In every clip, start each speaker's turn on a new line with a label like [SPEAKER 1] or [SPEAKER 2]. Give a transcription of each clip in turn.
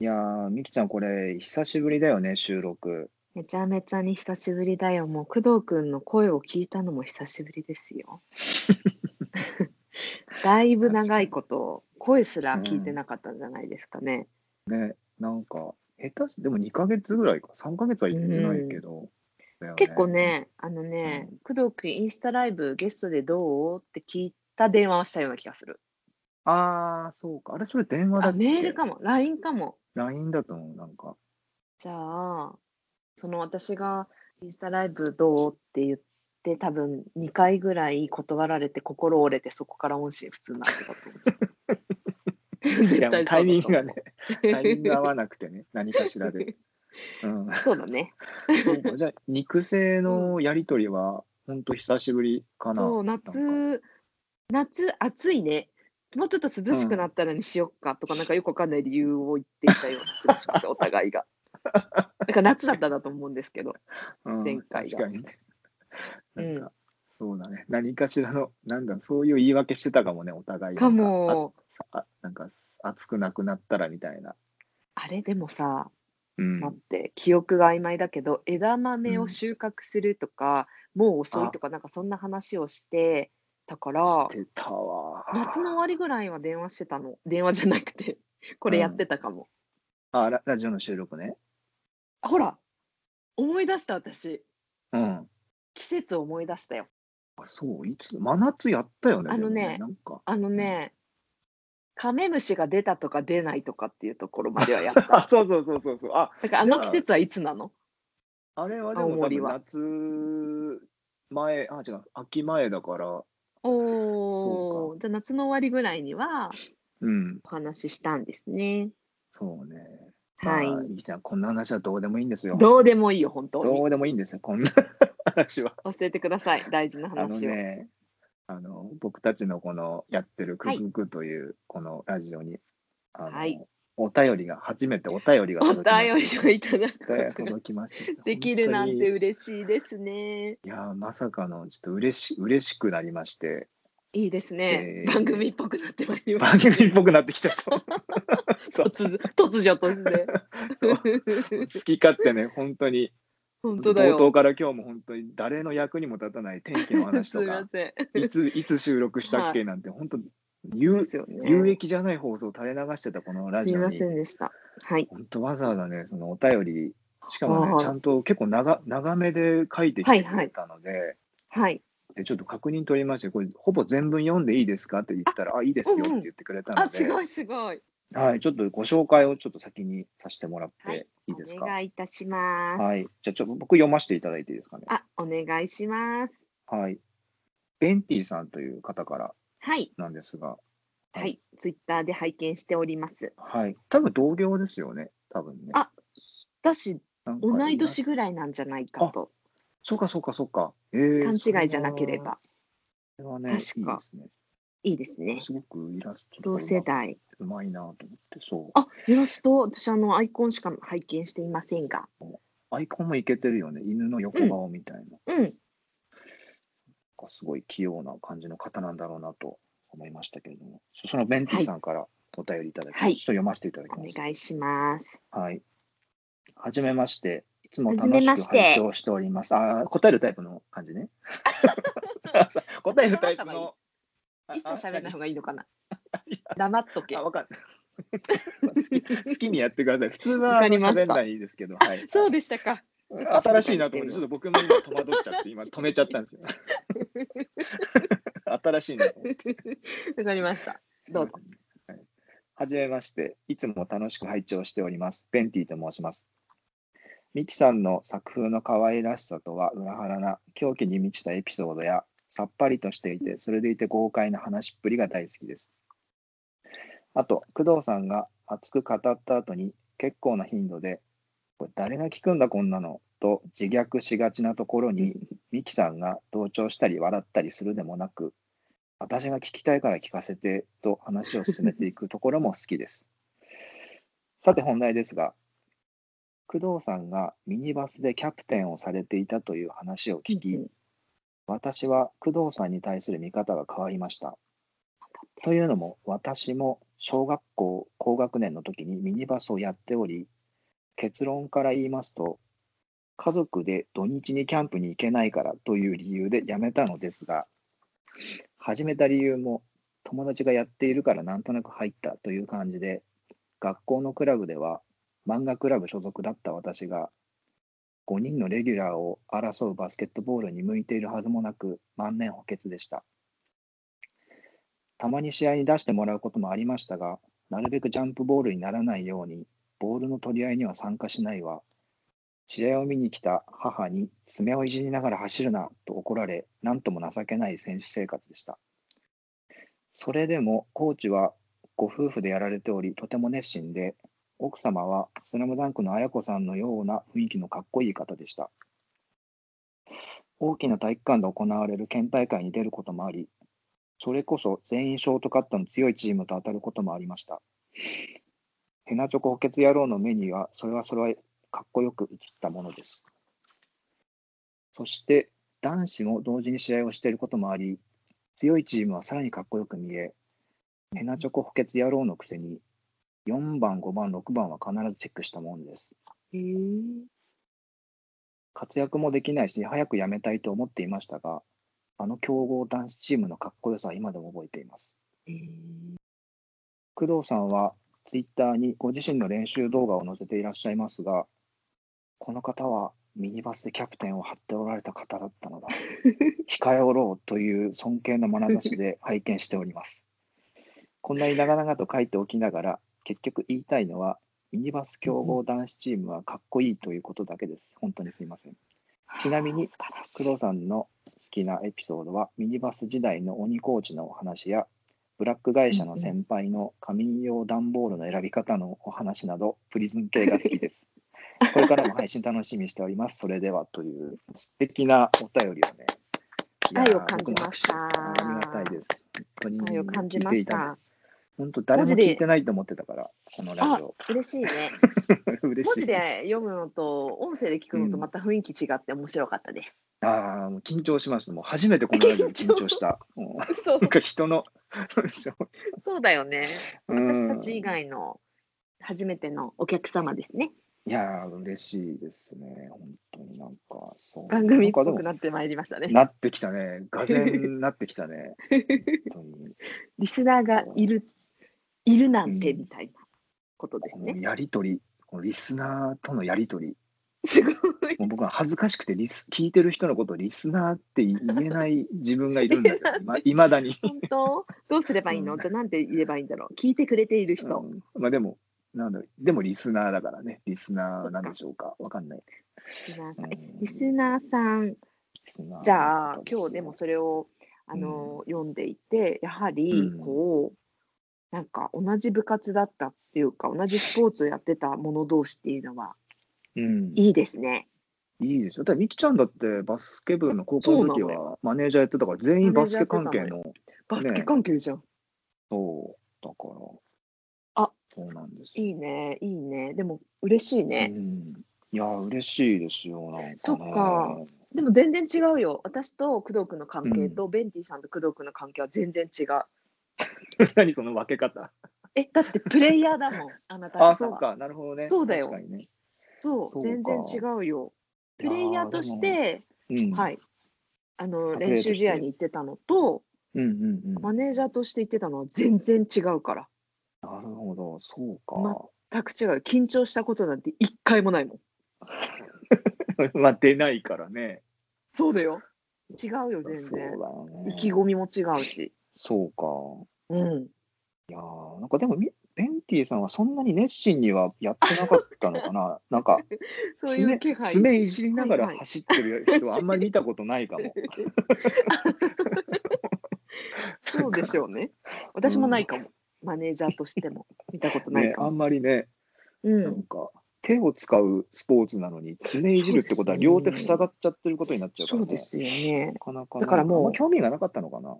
[SPEAKER 1] いやー、みきちゃん、これ、久しぶりだよね、収録。
[SPEAKER 2] めちゃめちゃに久しぶりだよ。もう工藤くんの声を聞いたのも久しぶりで すよ。だいぶ長いこと声すら聞いてなかったんじゃないですかね。
[SPEAKER 1] ね、なんか、下手し、でも2ヶ月ぐらいか、3ヶ月は行ってないけど、だよ
[SPEAKER 2] 結構ね、あのね、工藤くんインスタライブゲストでどうって聞いた電話をしたような気がする。
[SPEAKER 1] あー、そうか。あれ、それ電話だ
[SPEAKER 2] あ、
[SPEAKER 1] っけ
[SPEAKER 2] メールかも、LINE かも。
[SPEAKER 1] ?LINE だと思う、なんか。
[SPEAKER 2] じゃあ、その私がインスタライブどうって言って、多分2回ぐらい断られて心折れて、そこから音信不通になってたと思う。
[SPEAKER 1] いや、もうタイミングがね、
[SPEAKER 2] タ
[SPEAKER 1] タイミング合わなくてね、何かしら で。うん。
[SPEAKER 2] そうだね。
[SPEAKER 1] そうかじゃあ、肉声のやりとりは、ほんと久しぶりかな。
[SPEAKER 2] そう、
[SPEAKER 1] なんか。
[SPEAKER 2] 夏、夏暑いね。もうちょっと涼しくなったらにしよっかとか、なんかよくわかんない理由を言っていたような気がします、お互 いが。なんか夏だったんだと思うんですけど。
[SPEAKER 1] うん
[SPEAKER 2] 前回が
[SPEAKER 1] 確かにね。なん
[SPEAKER 2] う
[SPEAKER 1] か、そうだね。何かしらの、なんだろう、そういう言い訳してたかもね、お互い。
[SPEAKER 2] か。も、
[SPEAKER 1] あなんか熱くなくなったらみたいな。
[SPEAKER 2] あれでもさ、
[SPEAKER 1] うん
[SPEAKER 2] 待って、記憶が曖昧だけど、枝豆を収穫するとか、もう遅いとか、なんかそんな話をしてたから
[SPEAKER 1] し、てたわ。
[SPEAKER 2] 夏の終わりぐらいは電話してたの。電話じゃなくて、これやってたかも。
[SPEAKER 1] あララジオの収録ね。
[SPEAKER 2] あほら、思い出した私。
[SPEAKER 1] うん。
[SPEAKER 2] 季節を思い出したよ。
[SPEAKER 1] あそう、いつ、真夏やったよね。
[SPEAKER 2] あのね
[SPEAKER 1] でもなん か。
[SPEAKER 2] あのね、カメムシが出たとか出ないとかっていうところまではやっ た。
[SPEAKER 1] あ、そうそうそうそうそう。あ、
[SPEAKER 2] だからあ
[SPEAKER 1] じゃあ
[SPEAKER 2] の季節はいつなの
[SPEAKER 1] あれはでも
[SPEAKER 2] 青森は
[SPEAKER 1] 多分夏前、あ、違う、秋前だから。そ
[SPEAKER 2] おお、じゃあ夏の終わりぐらいには
[SPEAKER 1] うん、
[SPEAKER 2] お話ししたんですね。
[SPEAKER 1] そうね。
[SPEAKER 2] はい。
[SPEAKER 1] まあいきちゃん、こんな話はどうでもいいんですよ。
[SPEAKER 2] どうでもいいよ、本当
[SPEAKER 1] ど
[SPEAKER 2] に。
[SPEAKER 1] うでもいいんですよ、こんな話は。
[SPEAKER 2] 教えてください、大事な
[SPEAKER 1] あの
[SPEAKER 2] 話を。
[SPEAKER 1] ね、あの僕たちのこのやってる「ク
[SPEAKER 2] はい
[SPEAKER 1] クク」というこのラジオに、あの
[SPEAKER 2] はい
[SPEAKER 1] お便りが初めてお便りが
[SPEAKER 2] お
[SPEAKER 1] 届きま
[SPEAKER 2] 便
[SPEAKER 1] し
[SPEAKER 2] りをいただく
[SPEAKER 1] た。
[SPEAKER 2] ことが
[SPEAKER 1] 届きました
[SPEAKER 2] できるなんて
[SPEAKER 1] 本
[SPEAKER 2] 嬉しいですね。
[SPEAKER 1] 当にいやーまさかのちょっと嬉し嬉しくなりまして
[SPEAKER 2] いいですね
[SPEAKER 1] え。ー
[SPEAKER 2] 番組っぽくなってまいりま
[SPEAKER 1] 番
[SPEAKER 2] し
[SPEAKER 1] 組っぽくなってきちゃ った
[SPEAKER 2] た。
[SPEAKER 1] そう
[SPEAKER 2] 突如、突如、突然。
[SPEAKER 1] 好き勝手ね本当に
[SPEAKER 2] 本当だ
[SPEAKER 1] 冒
[SPEAKER 2] よ
[SPEAKER 1] 頭。から今日も本当に誰の役にも立たない天気の話
[SPEAKER 2] す
[SPEAKER 1] と
[SPEAKER 2] みま
[SPEAKER 1] か
[SPEAKER 2] せん。
[SPEAKER 1] いついつ収録したっけなんて本当有
[SPEAKER 2] ですよね。
[SPEAKER 1] 有益じゃない放送を垂れ流してたこのラ
[SPEAKER 2] す
[SPEAKER 1] ジ
[SPEAKER 2] み
[SPEAKER 1] オ
[SPEAKER 2] ま
[SPEAKER 1] に
[SPEAKER 2] せんでした。はい。
[SPEAKER 1] 本当わざわざね、そのお便り、しかも
[SPEAKER 2] あ
[SPEAKER 1] ね、
[SPEAKER 2] あ
[SPEAKER 1] ちゃんと結構長長めで書いてきてくれたので、
[SPEAKER 2] はい。
[SPEAKER 1] で、ちょっと確認取りまして、これ、ほぼ全文読んでいいですかって言ったら、あ、いいですよって言ってくれた
[SPEAKER 2] あ、
[SPEAKER 1] の
[SPEAKER 2] す
[SPEAKER 1] で、
[SPEAKER 2] ごいすごい。
[SPEAKER 1] はい、ちょっとご紹介をちょっと先にさせてもらっ
[SPEAKER 2] は
[SPEAKER 1] ていいですか。
[SPEAKER 2] お
[SPEAKER 1] はい、
[SPEAKER 2] 願いいたします。
[SPEAKER 1] じゃあ、ちょっと僕読ませていただいていいですかね。
[SPEAKER 2] あ、お願いします。
[SPEAKER 1] はい。ベンティさんという方から
[SPEAKER 2] はい。
[SPEAKER 1] なんですが、はい
[SPEAKER 2] はい。ツイッターで拝見しております。
[SPEAKER 1] はい、多分同僚ですよね、多分ね。
[SPEAKER 2] あだし、
[SPEAKER 1] なんか
[SPEAKER 2] 同い
[SPEAKER 1] ます
[SPEAKER 2] 年ぐらいなんじゃないかと。
[SPEAKER 1] そうか、そうか、そうか。えー、
[SPEAKER 2] 勘違いじゃなければ。
[SPEAKER 1] それはね。
[SPEAKER 2] 確か
[SPEAKER 1] いいですね。
[SPEAKER 2] いいですね。
[SPEAKER 1] すごくイラスト
[SPEAKER 2] 同世代。
[SPEAKER 1] うまいなと思って、そう。
[SPEAKER 2] あ、イラスト、私、あの、アイコンしか拝見していませんが。
[SPEAKER 1] アイコンもいけてるよね、犬の横顔みたいな、なん
[SPEAKER 2] うん。
[SPEAKER 1] かすごい器用な感じの方なんだろうなと思いましたけれども、そそのベンティさんからお便りいただきます。
[SPEAKER 2] はい
[SPEAKER 1] ちょっと読ませていただき
[SPEAKER 2] お
[SPEAKER 1] ます。
[SPEAKER 2] 願いします。
[SPEAKER 1] はい。はじめまして。いつも楽
[SPEAKER 2] は
[SPEAKER 1] し
[SPEAKER 2] じめま
[SPEAKER 1] く
[SPEAKER 2] して
[SPEAKER 1] 拝聴しております。ああー、答えるタイプの感じ ね。答えるタイプの。
[SPEAKER 2] 一切喋らない方がいいのかな
[SPEAKER 1] や。
[SPEAKER 2] 黙っとけ
[SPEAKER 1] あ、。わかんない。好き好きにやってください。普通は
[SPEAKER 2] わ
[SPEAKER 1] あ
[SPEAKER 2] か
[SPEAKER 1] の
[SPEAKER 2] りました
[SPEAKER 1] 喋んないですけど、はい。
[SPEAKER 2] そうでしたか。ちょっと
[SPEAKER 1] 新しいなと思って、ちょっと僕も今戸惑っちゃって、今止めちゃったん ですけど。新しいなと思っ
[SPEAKER 2] わかりました。
[SPEAKER 1] て。
[SPEAKER 2] どうぞ。
[SPEAKER 1] はい。はじめまして、いつも楽しく拝聴しております。ベンティと申します。ミキさんの作風の可愛らしさとは裏腹な狂気に満ちたエピソードやさっぱりとしていて、それでいて豪快な話っぷりが大好きです。あと、工藤さんが熱く語った後に結構な頻度で、これ誰が聞くんだこんなのと自虐しがちなところに、ミキさんが同調したり笑ったりするでもなく、私が聞きたいから聞かせてと話を進めていくところも好きです。さて本題ですが、工藤さんがミニバスでキャプテンをされていたという話を聞き、
[SPEAKER 2] うん
[SPEAKER 1] 私は工藤さんに対する見方が変わりました。というのも、私も小学校高学年の時にミニバスをやっており、結論から言いますと、家族で土日にキャンプに行けないからという理由で辞めたのですが、始めた理由も友達がやっているからなんとなく入ったという感じで、学校のクラブでは漫画クラブ所属だった私が、5人のレギュラーを争うバスケットボールに向いているはずもなく、万年補欠でした。たまに試合に出してもらうこともありましたが、なるべくジャンプボールにならないように、ボールの取り合いには参加しないわ。試合を見に来た母に爪をいじりながら走るなと怒られ、なんとも情けない選手生活でした。それでもコーチはご夫婦でやられており、とても熱心で、奥様はスラムダンクの綾子さんのような雰囲気のかっこいい方でした。大きな体育館で行われる県大会に出ることもあり、それこそ全員ショートカットの強いチームと当たることもありました。ヘナチョコ補欠野郎の目には、それはそれはかっこよく映ったものです。そして、男子も同時に試合をしていることもあり、強いチームはさらにかっこよく見え、ヘナチョコ補欠野郎のくせに、4番、5番、6番は必ずチェックしたものです。
[SPEAKER 2] へえ
[SPEAKER 1] 活躍もできないし、早く辞めたいと思っていましたが、あの強豪男子チームのかっこよさは今でも覚えています。
[SPEAKER 2] へえ
[SPEAKER 1] 工藤さんはツイッターにご自身の練習動画を載せていらっしゃいますが、この方はミニバスでキャプテンを張っておられた方だったのだ。控えおろうという尊敬の眼差しで拝見しております。こんなに長々と書いておきながら、結局言いたいのは、ミニバス強豪男子チームはかっこいいということだけです。本当にすいません。ちなみに
[SPEAKER 2] 素晴らし
[SPEAKER 1] 工
[SPEAKER 2] い
[SPEAKER 1] 藤さんの好きなエピソードはミニバス時代の鬼コーチのお話やブラック会社の先輩の紙用段ボールの選び方のお話などプリズン系が好き です。これからも配信楽しみにしております。それではという素敵なお便りをね。いやー
[SPEAKER 2] 愛を感じました
[SPEAKER 1] 僕も拍手ありがたいです。本当に
[SPEAKER 2] 愛を感じまし
[SPEAKER 1] 聞いていだ
[SPEAKER 2] た。
[SPEAKER 1] 本当誰も聞いてないと思ってたから、このラ
[SPEAKER 2] あ
[SPEAKER 1] ジオ。
[SPEAKER 2] 嬉しいね。
[SPEAKER 1] 嬉
[SPEAKER 2] 文
[SPEAKER 1] し
[SPEAKER 2] 字
[SPEAKER 1] い。
[SPEAKER 2] で読むのと音声で聞くのとまた雰囲気違って面白かったです。
[SPEAKER 1] ああ、もう緊張しました。もう初めてこのラジオで緊張 した。もう
[SPEAKER 2] そう
[SPEAKER 1] なんか人の、
[SPEAKER 2] そうだよね。
[SPEAKER 1] うん
[SPEAKER 2] 私たち以外の初めてのお客様ですね。
[SPEAKER 1] いやー、嬉しいですね。本当になんか、そう
[SPEAKER 2] 番組っぽ
[SPEAKER 1] なんか
[SPEAKER 2] く
[SPEAKER 1] でも
[SPEAKER 2] なってまいりましたね。
[SPEAKER 1] なってきたね。がぜんなってきた ね。本
[SPEAKER 2] リスナーがいる、いるなんてみたいなことです
[SPEAKER 1] 当に。この
[SPEAKER 2] ね。
[SPEAKER 1] やりとり、このリスナーとのやりとり。
[SPEAKER 2] すごい。
[SPEAKER 1] もう僕は恥ずかしくてリス、聞いてる人のことをリスナーって言えない自分がいるんだけ ど、いま未だに。
[SPEAKER 2] 本当どうすればいいの、
[SPEAKER 1] うん
[SPEAKER 2] じゃあなんて言えばいいんだろう聞いてくれている人、
[SPEAKER 1] うんまあでも、なんだろうでもリスナーだからね。リスナーなんでしょうか。わかんない。
[SPEAKER 2] リスナーさんえ
[SPEAKER 1] うん
[SPEAKER 2] リスナーさんじゃあ今日でもそれをあの、読んでいてやはり
[SPEAKER 1] うん
[SPEAKER 2] こう、なんか同じ部活だったっていうか同じスポーツをやってた者同士っていうのは
[SPEAKER 1] うん、
[SPEAKER 2] いいですね。
[SPEAKER 1] いいですよ。だってミキちゃんだってバスケ部の高校の時
[SPEAKER 2] そうなの
[SPEAKER 1] はマネージャーやってたから全員バスケ関係の。
[SPEAKER 2] バスケ関係じゃん。
[SPEAKER 1] そう、だから。
[SPEAKER 2] あ
[SPEAKER 1] そうなんです。
[SPEAKER 2] いいねいいねでも嬉しいね
[SPEAKER 1] う、ん、いや、嬉しいですよ。なんか、ね。
[SPEAKER 2] そっかでも全然違うよ私と工藤君の関係と、ベンティさんと工藤君の関係は全然違う。
[SPEAKER 1] 何その分け方。
[SPEAKER 2] えだってプレイヤー だもんあなた方は
[SPEAKER 1] あ、そうか、なるほどね。
[SPEAKER 2] そうだよ
[SPEAKER 1] 確かにね。
[SPEAKER 2] そう
[SPEAKER 1] そうか
[SPEAKER 2] 全然違うよ。プレイヤーとし
[SPEAKER 1] いや
[SPEAKER 2] て、
[SPEAKER 1] ー、でもうん、。
[SPEAKER 2] はいい、あの
[SPEAKER 1] プレイヤー
[SPEAKER 2] 練
[SPEAKER 1] として
[SPEAKER 2] 習試合に行ってたのと、
[SPEAKER 1] うんうんうん。
[SPEAKER 2] マネージャーとして行ってたのは全然違うから、
[SPEAKER 1] なるほど、そうか。
[SPEAKER 2] 全く違う、緊張したことなんて一回もないもん。
[SPEAKER 1] まあ、出ないからね。
[SPEAKER 2] そうだよ。違うよ、全
[SPEAKER 1] そうだ
[SPEAKER 2] 然。
[SPEAKER 1] よね。
[SPEAKER 2] 意気込みも違うし。
[SPEAKER 1] そうか。
[SPEAKER 2] うん。
[SPEAKER 1] いやーなんかでもみ、ベンティさんはそんなに熱心にはやってなかったのかな。 なんか、
[SPEAKER 2] そういう
[SPEAKER 1] 爪
[SPEAKER 2] 気配。
[SPEAKER 1] 爪いじりながら
[SPEAKER 2] はいはい
[SPEAKER 1] 走ってる人はあんまり見たことない かも。
[SPEAKER 2] そうでしょうね。私もないかも。マネージャーとしても見たことない
[SPEAKER 1] ね、
[SPEAKER 2] か
[SPEAKER 1] あ
[SPEAKER 2] も。
[SPEAKER 1] んまりね、
[SPEAKER 2] う
[SPEAKER 1] なん
[SPEAKER 2] ん。
[SPEAKER 1] か手を使うスポーツなのに、爪いじるってことは両手塞がっちゃってることになっちゃうか
[SPEAKER 2] そ
[SPEAKER 1] らね。
[SPEAKER 2] うですよね
[SPEAKER 1] な。かなか
[SPEAKER 2] だからもう
[SPEAKER 1] なん興味がなかったのかな。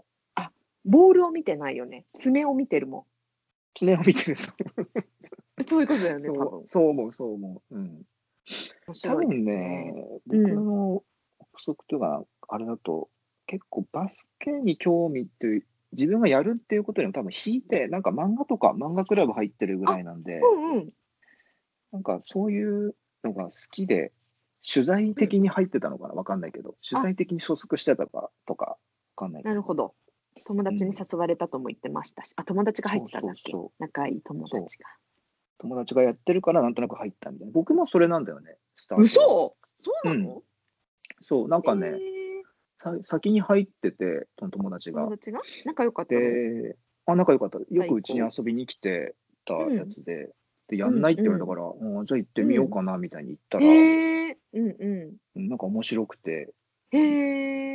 [SPEAKER 2] ボールを見てないよね。爪を見てるも
[SPEAKER 1] 爪を見てる。 そ
[SPEAKER 2] ん。そういうことだよね、多分
[SPEAKER 1] う。そう思う、そう思う。うん、
[SPEAKER 2] 面
[SPEAKER 1] 多
[SPEAKER 2] 白いです
[SPEAKER 1] 分
[SPEAKER 2] ね
[SPEAKER 1] ね。、僕の憶測というか、あれだと、結構バスケに興味という自分がやるっていうことにも多分引いて、なんか漫画とか漫画クラブ入ってるぐらいなんで、
[SPEAKER 2] うんうん。
[SPEAKER 1] なんかそういうのが好きで、取材的に入ってたのかな、わかんないけど、取材的に所属してたかとか、わかんないけ
[SPEAKER 2] なるほど。友達に誘われたとも言ってましたし、あ、友達が入ってたんだっけ
[SPEAKER 1] そうそうそ
[SPEAKER 2] 仲いい友達が。
[SPEAKER 1] 友達がやってるからなんとなく入ったみたいな。僕もそれなんだよね、スタート
[SPEAKER 2] 嘘そうなの、
[SPEAKER 1] そう、なんかね、
[SPEAKER 2] えー
[SPEAKER 1] さ先に入ってて、その友達が
[SPEAKER 2] 友。達が仲良かったの
[SPEAKER 1] で、あ、仲良かった。よ
[SPEAKER 2] 最
[SPEAKER 1] く
[SPEAKER 2] 高
[SPEAKER 1] うちに遊びに来てたやつで、で、やんないって言われたから、うんじゃあ行ってみようかなみたいに言ったら、
[SPEAKER 2] へえうんう
[SPEAKER 1] なんか面白くて、
[SPEAKER 2] ん。へ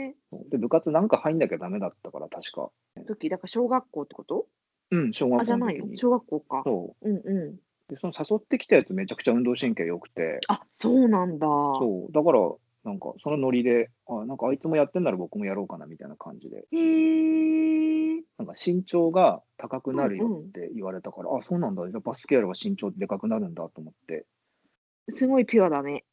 [SPEAKER 2] え。
[SPEAKER 1] で、部活なんか入んなきゃダメだったから、確か。
[SPEAKER 2] 時だから小学校ってこと？
[SPEAKER 1] うん、小学
[SPEAKER 2] あじゃ
[SPEAKER 1] 校の
[SPEAKER 2] ない
[SPEAKER 1] 時
[SPEAKER 2] よ。
[SPEAKER 1] に。
[SPEAKER 2] 小学校か。
[SPEAKER 1] そ
[SPEAKER 2] うんうん。
[SPEAKER 1] う。で、その誘ってきたやつめちゃくちゃ運動神経良くて、
[SPEAKER 2] あそうなんだ。
[SPEAKER 1] そう。だから、なんかそのノリで、あ、なんかあいつもやってんなら僕もやろうかなみたいな感じで、
[SPEAKER 2] へえ。
[SPEAKER 1] なんか身長が高くなるよって言われたから、あ、そうなんだ。じゃあバスケやれば身長でかくなるんだと思って、
[SPEAKER 2] すごいピュアだね。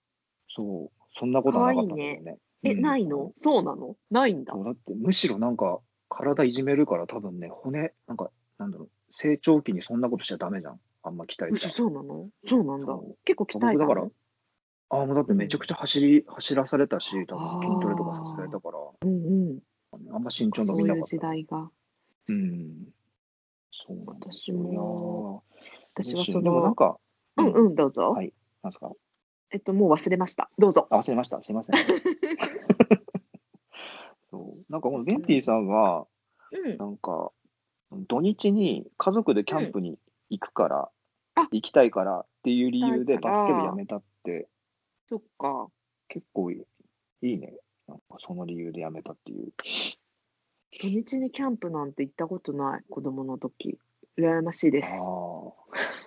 [SPEAKER 1] そう。そんなことはなかったんだよね。
[SPEAKER 2] え、
[SPEAKER 1] うん
[SPEAKER 2] ないの？そうなの？ないんだ
[SPEAKER 1] そ。うだってむしろなんか体いじめるから多分ね骨なんかなんだろう成長期にそんなことしちゃダメじゃんあんま鍛えち
[SPEAKER 2] 嘘
[SPEAKER 1] ゃ
[SPEAKER 2] そうなの？そうなんだ
[SPEAKER 1] そう。
[SPEAKER 2] 結構鍛えた
[SPEAKER 1] 僕
[SPEAKER 2] の。
[SPEAKER 1] だからああもうだってめちゃくちゃ走り、走らされたし多分筋トレとかさせられたから
[SPEAKER 2] うんうん。
[SPEAKER 1] あんま身長伸
[SPEAKER 2] そう
[SPEAKER 1] びなかっ
[SPEAKER 2] いう
[SPEAKER 1] た
[SPEAKER 2] 時代が。
[SPEAKER 1] うんそうなんですよ
[SPEAKER 2] 私も私は
[SPEAKER 1] 嬉しい
[SPEAKER 2] そ
[SPEAKER 1] でもなん
[SPEAKER 2] の。
[SPEAKER 1] か
[SPEAKER 2] うんうんどうぞ。
[SPEAKER 1] はいなんですか
[SPEAKER 2] えっともう忘れました。どうぞ。
[SPEAKER 1] あ忘れましたすいま せんそうなんかこのベンティさんは、
[SPEAKER 2] うん
[SPEAKER 1] な。んか、土日に家族でキャンプに行くから、
[SPEAKER 2] あ
[SPEAKER 1] 行きたいからっていう理由で
[SPEAKER 2] 行きたいから
[SPEAKER 1] バスケ部やめたって、
[SPEAKER 2] そっか。
[SPEAKER 1] 結構いいいいね。なんかその理由でやめたっていう。
[SPEAKER 2] 土日にキャンプなんて行ったことない子供の時羨ましいで
[SPEAKER 1] あ
[SPEAKER 2] す
[SPEAKER 1] あ、
[SPEAKER 2] 行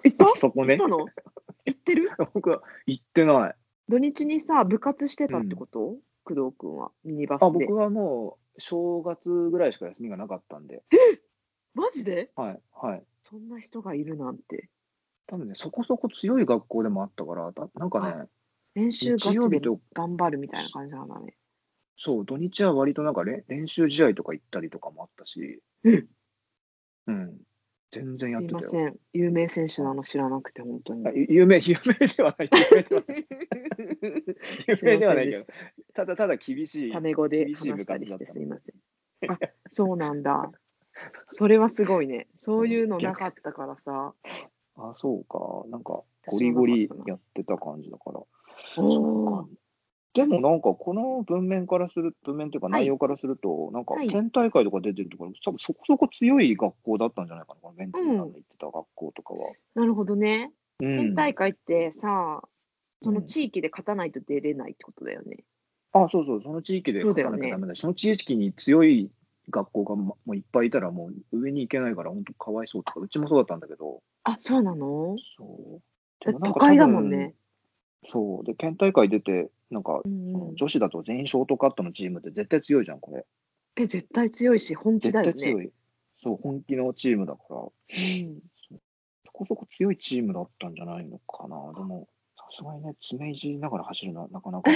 [SPEAKER 2] った
[SPEAKER 1] そこ
[SPEAKER 2] 行
[SPEAKER 1] ね
[SPEAKER 2] っ。たの行ってる
[SPEAKER 1] 僕は行ってない。
[SPEAKER 2] 土日にさ部活してたってこと、工藤君はミニバス
[SPEAKER 1] あ、
[SPEAKER 2] で
[SPEAKER 1] 僕はもう正月ぐらいしか休みがなかったんで、
[SPEAKER 2] マジで
[SPEAKER 1] はい、はい。
[SPEAKER 2] そんな人がいるなんて
[SPEAKER 1] 多分ね、そこそこ強い学校でもあったから、たなんかね、
[SPEAKER 2] 練習ガ
[SPEAKER 1] 日曜
[SPEAKER 2] チ
[SPEAKER 1] 日
[SPEAKER 2] で
[SPEAKER 1] と
[SPEAKER 2] 頑張るみたいな感じなんだね
[SPEAKER 1] そう、土日は割となんかれ練習試合とか行ったりとかもあったし、
[SPEAKER 2] え
[SPEAKER 1] うん、全然やっ
[SPEAKER 2] す
[SPEAKER 1] てた
[SPEAKER 2] いま
[SPEAKER 1] よ。
[SPEAKER 2] せん有名選手なの知らなくて本当に
[SPEAKER 1] あゆ 有名、有名ではない、有名ではない 有名ではないけど
[SPEAKER 2] すいませんで、
[SPEAKER 1] ただただ厳しい
[SPEAKER 2] タ。メ語で
[SPEAKER 1] 厳しい
[SPEAKER 2] 話
[SPEAKER 1] 部活
[SPEAKER 2] したり
[SPEAKER 1] だ
[SPEAKER 2] して
[SPEAKER 1] った
[SPEAKER 2] すいま せんあそうなんだそれはすごいねそういうのなかったからさ
[SPEAKER 1] あ、そうか、なんか、
[SPEAKER 2] 私
[SPEAKER 1] ゴ
[SPEAKER 2] は
[SPEAKER 1] リゴリ
[SPEAKER 2] なかったな
[SPEAKER 1] やってた感じだから。
[SPEAKER 2] おー
[SPEAKER 1] そうかでもなんか、この文面からする、文面というか
[SPEAKER 2] はい
[SPEAKER 1] 内容からすると、なんか
[SPEAKER 2] はい、
[SPEAKER 1] 県大会とか出てるとか、多分そこそこ強い学校だったんじゃないかな、このベンチさんの
[SPEAKER 2] うん
[SPEAKER 1] 言ってた学校とかは。
[SPEAKER 2] なるほどね
[SPEAKER 1] うん
[SPEAKER 2] 県大会ってさ、その
[SPEAKER 1] うん
[SPEAKER 2] 地域で勝たないと出れないってことだよね。
[SPEAKER 1] あ、そうそう、その地域で
[SPEAKER 2] そう
[SPEAKER 1] 勝
[SPEAKER 2] だ
[SPEAKER 1] たな
[SPEAKER 2] よ
[SPEAKER 1] きゃ
[SPEAKER 2] ね
[SPEAKER 1] ダメだし、その地域に強い学校が、ま、もういっぱいいたら、もう上に行けないから、本当かわいそうとか、うちもそうだったんだけど、
[SPEAKER 2] あ、そうなの
[SPEAKER 1] そう。
[SPEAKER 2] だ
[SPEAKER 1] で
[SPEAKER 2] って
[SPEAKER 1] なん
[SPEAKER 2] 都
[SPEAKER 1] か
[SPEAKER 2] 会だもんね。
[SPEAKER 1] 多分。そう。で、県大会出て、なんか、
[SPEAKER 2] うんうん、
[SPEAKER 1] 女子だと全員ショートカットのチームって絶対強いじゃん、これ。
[SPEAKER 2] え絶対強いし、本気
[SPEAKER 1] 絶
[SPEAKER 2] だ
[SPEAKER 1] 対
[SPEAKER 2] よね。
[SPEAKER 1] 強い。そう、本気のチームだから、
[SPEAKER 2] うん、
[SPEAKER 1] そこそこ強いチームだったんじゃないのかな。でも、さすがにね、爪いじりながら走るのはなかなか、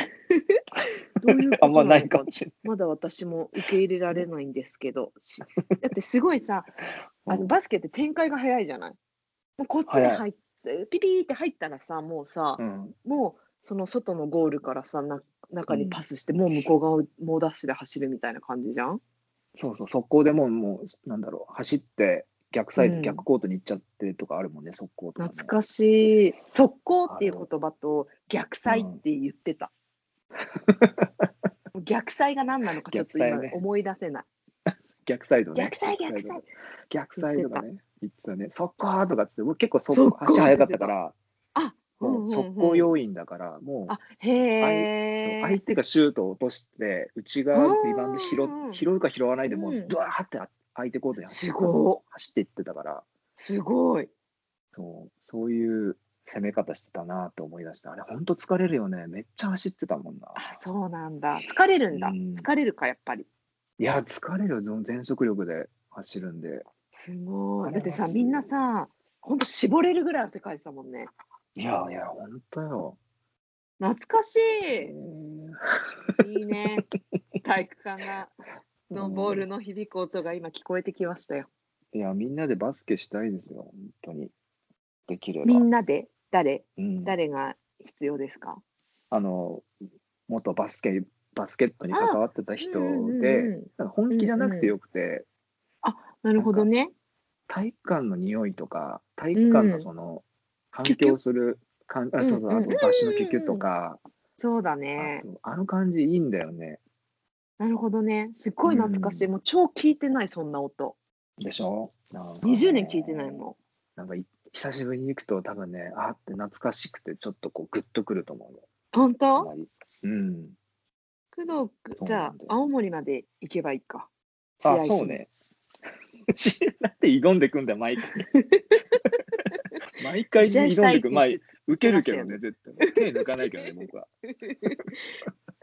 [SPEAKER 2] ど ういう
[SPEAKER 1] あ
[SPEAKER 2] こと
[SPEAKER 1] んま
[SPEAKER 2] なの
[SPEAKER 1] ないかもしれ
[SPEAKER 2] まだ私も受け入れられないんですけど。しだってすごい さ、
[SPEAKER 1] な
[SPEAKER 2] あ
[SPEAKER 1] い。う
[SPEAKER 2] の
[SPEAKER 1] ん
[SPEAKER 2] バスケって展開が早いじゃない。もうこっちに
[SPEAKER 1] 早い
[SPEAKER 2] 入って、ピピーって入ったらさ、もうさ、
[SPEAKER 1] うん、
[SPEAKER 2] もうその外のゴールからさ、な中にパスして、もう向こう側を猛ダッシュで走るみたいな感じじゃん。
[SPEAKER 1] そうそう、速攻でもう、もう、なんだろう、走って、逆サイド、
[SPEAKER 2] うん
[SPEAKER 1] 逆コートに行っちゃってとかあるもんね、速攻とか、ね。
[SPEAKER 2] 懐かしい。速攻っていう言葉と逆祭って言ってた。逆祭が何なのかちょっと今
[SPEAKER 1] 逆祭ね
[SPEAKER 2] 思い出せない。
[SPEAKER 1] 逆サイドね。
[SPEAKER 2] 逆サイ逆サイ
[SPEAKER 1] 逆サイドがね、言ってたね、速攻とかっつって、僕結構
[SPEAKER 2] 速
[SPEAKER 1] 速
[SPEAKER 2] 攻
[SPEAKER 1] 攻足早かったから、
[SPEAKER 2] あ、
[SPEAKER 1] も
[SPEAKER 2] うんうんう
[SPEAKER 1] うん速攻要員だから、もう
[SPEAKER 2] あ、へ
[SPEAKER 1] そう
[SPEAKER 2] え
[SPEAKER 1] 相。手がシュートを落として、内側
[SPEAKER 2] うんうんうん
[SPEAKER 1] リバウンド拾っ拾うか拾わないでも
[SPEAKER 2] う
[SPEAKER 1] う、
[SPEAKER 2] ん
[SPEAKER 1] ドワーって相手コートに走
[SPEAKER 2] す
[SPEAKER 1] って
[SPEAKER 2] ご
[SPEAKER 1] 走っていってたから、
[SPEAKER 2] い。すごい。
[SPEAKER 1] そうそういう攻め方してたなって思い出した。あれ、本当疲れるよね。めっちゃ走ってたもんな。
[SPEAKER 2] あ、そうなんだ。疲れるんだ。
[SPEAKER 1] うん
[SPEAKER 2] 疲れるかやっぱり。
[SPEAKER 1] いや、疲れるよ、全速力で走るんで。
[SPEAKER 2] すご
[SPEAKER 1] あ
[SPEAKER 2] い。
[SPEAKER 1] れ
[SPEAKER 2] だってさ
[SPEAKER 1] はすごい
[SPEAKER 2] みんなさ、本当絞れるぐらい汗かいてたもんね。
[SPEAKER 1] いやいや、本当よ。
[SPEAKER 2] 懐かし
[SPEAKER 1] えー
[SPEAKER 2] い。いいね。体育館が。のボールの響く音が今聞こえてきましたよ。
[SPEAKER 1] いや、みんなでバスケしたいですよ、本当に。できれば。
[SPEAKER 2] みんなで誰
[SPEAKER 1] うん、
[SPEAKER 2] 誰が必要ですか
[SPEAKER 1] あの、元バスケ、バスケットに関わってた人で、
[SPEAKER 2] うんうんうんうん
[SPEAKER 1] なんか本気じゃなくてよくて、
[SPEAKER 2] なるほどね。
[SPEAKER 1] 体育館の匂いとか、体育館
[SPEAKER 2] う
[SPEAKER 1] の
[SPEAKER 2] ん
[SPEAKER 1] その、反響する感、あ、そうそう、
[SPEAKER 2] うん
[SPEAKER 1] あ
[SPEAKER 2] うん
[SPEAKER 1] とバシのキュキュとか、
[SPEAKER 2] そうだ
[SPEAKER 1] あ
[SPEAKER 2] ね。
[SPEAKER 1] とあの感じいいんだよね。
[SPEAKER 2] なるほどね。すっごい懐かしい。
[SPEAKER 1] うん
[SPEAKER 2] もう超聞いてない、そんな音。
[SPEAKER 1] でしょなんかね
[SPEAKER 2] 20年聞いてないもん。
[SPEAKER 1] なんかい久しぶりに行くと多分ね、あーって懐かしくて、ちょっとこうグッとくると思うよ。
[SPEAKER 2] 本
[SPEAKER 1] あ
[SPEAKER 2] 当
[SPEAKER 1] まり。うん。
[SPEAKER 2] 工藤く
[SPEAKER 1] そ
[SPEAKER 2] ん、
[SPEAKER 1] う
[SPEAKER 2] じゃ
[SPEAKER 1] な
[SPEAKER 2] あ
[SPEAKER 1] んだよ、
[SPEAKER 2] 青森まで行けばいいか。
[SPEAKER 1] あ、
[SPEAKER 2] 試合しに
[SPEAKER 1] そう。ね。 なんで挑んでくんだよ、毎 回。毎回
[SPEAKER 2] 試合した
[SPEAKER 1] 挑んで
[SPEAKER 2] いって
[SPEAKER 1] く。
[SPEAKER 2] 言
[SPEAKER 1] ま
[SPEAKER 2] っ
[SPEAKER 1] あ、
[SPEAKER 2] て
[SPEAKER 1] 受けるけど
[SPEAKER 2] 言
[SPEAKER 1] ね、絶対。手抜かないけ どね、僕は。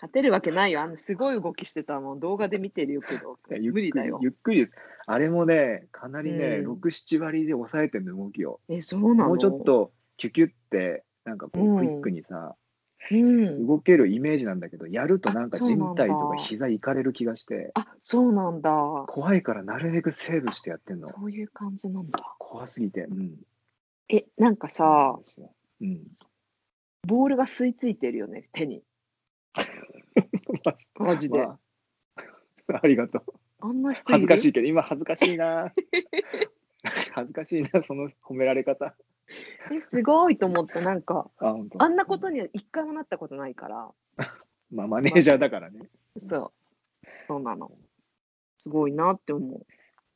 [SPEAKER 2] 勝てるわけないよ。あの、すごい動きしてたもん。動画で見てるよ、工藤
[SPEAKER 1] いや
[SPEAKER 2] くん。
[SPEAKER 1] ゆっ
[SPEAKER 2] 無
[SPEAKER 1] く
[SPEAKER 2] 理
[SPEAKER 1] り
[SPEAKER 2] だよ。
[SPEAKER 1] ゆっくりです。あれもね、かなりね、
[SPEAKER 2] うん
[SPEAKER 1] 6、7割で抑えてるの、動きを。
[SPEAKER 2] え、そうなの
[SPEAKER 1] もうちょっ。と、キュキュって、なんかこ
[SPEAKER 2] うん
[SPEAKER 1] う、クイックにさ、
[SPEAKER 2] うん。
[SPEAKER 1] 動けるイメージなんだけど、やるとなんか
[SPEAKER 2] あそう
[SPEAKER 1] 人
[SPEAKER 2] なんだ
[SPEAKER 1] 体とか膝いかれる気がして、
[SPEAKER 2] あ、そうなんだ。
[SPEAKER 1] 怖いからなるべくセーブしてやってんの。
[SPEAKER 2] そういう感じなんだ。
[SPEAKER 1] 怖すぎて。うん。
[SPEAKER 2] え、なんか
[SPEAKER 1] そうな
[SPEAKER 2] さ
[SPEAKER 1] ん、ですようん。
[SPEAKER 2] ボールが吸い付いてるよね、手に。 マジで。
[SPEAKER 1] まあ、ありがとう。
[SPEAKER 2] あんな人いる
[SPEAKER 1] 恥ずかしいけど、今恥ずかしいな。 恥ずかしいな、その褒められ方。
[SPEAKER 2] えすごいと思った、なんか、
[SPEAKER 1] あ、本当
[SPEAKER 2] あんなことには一回もなったことないから、
[SPEAKER 1] まあ、マネージャーだからね。
[SPEAKER 2] そう、そうなの。すごいなって思う。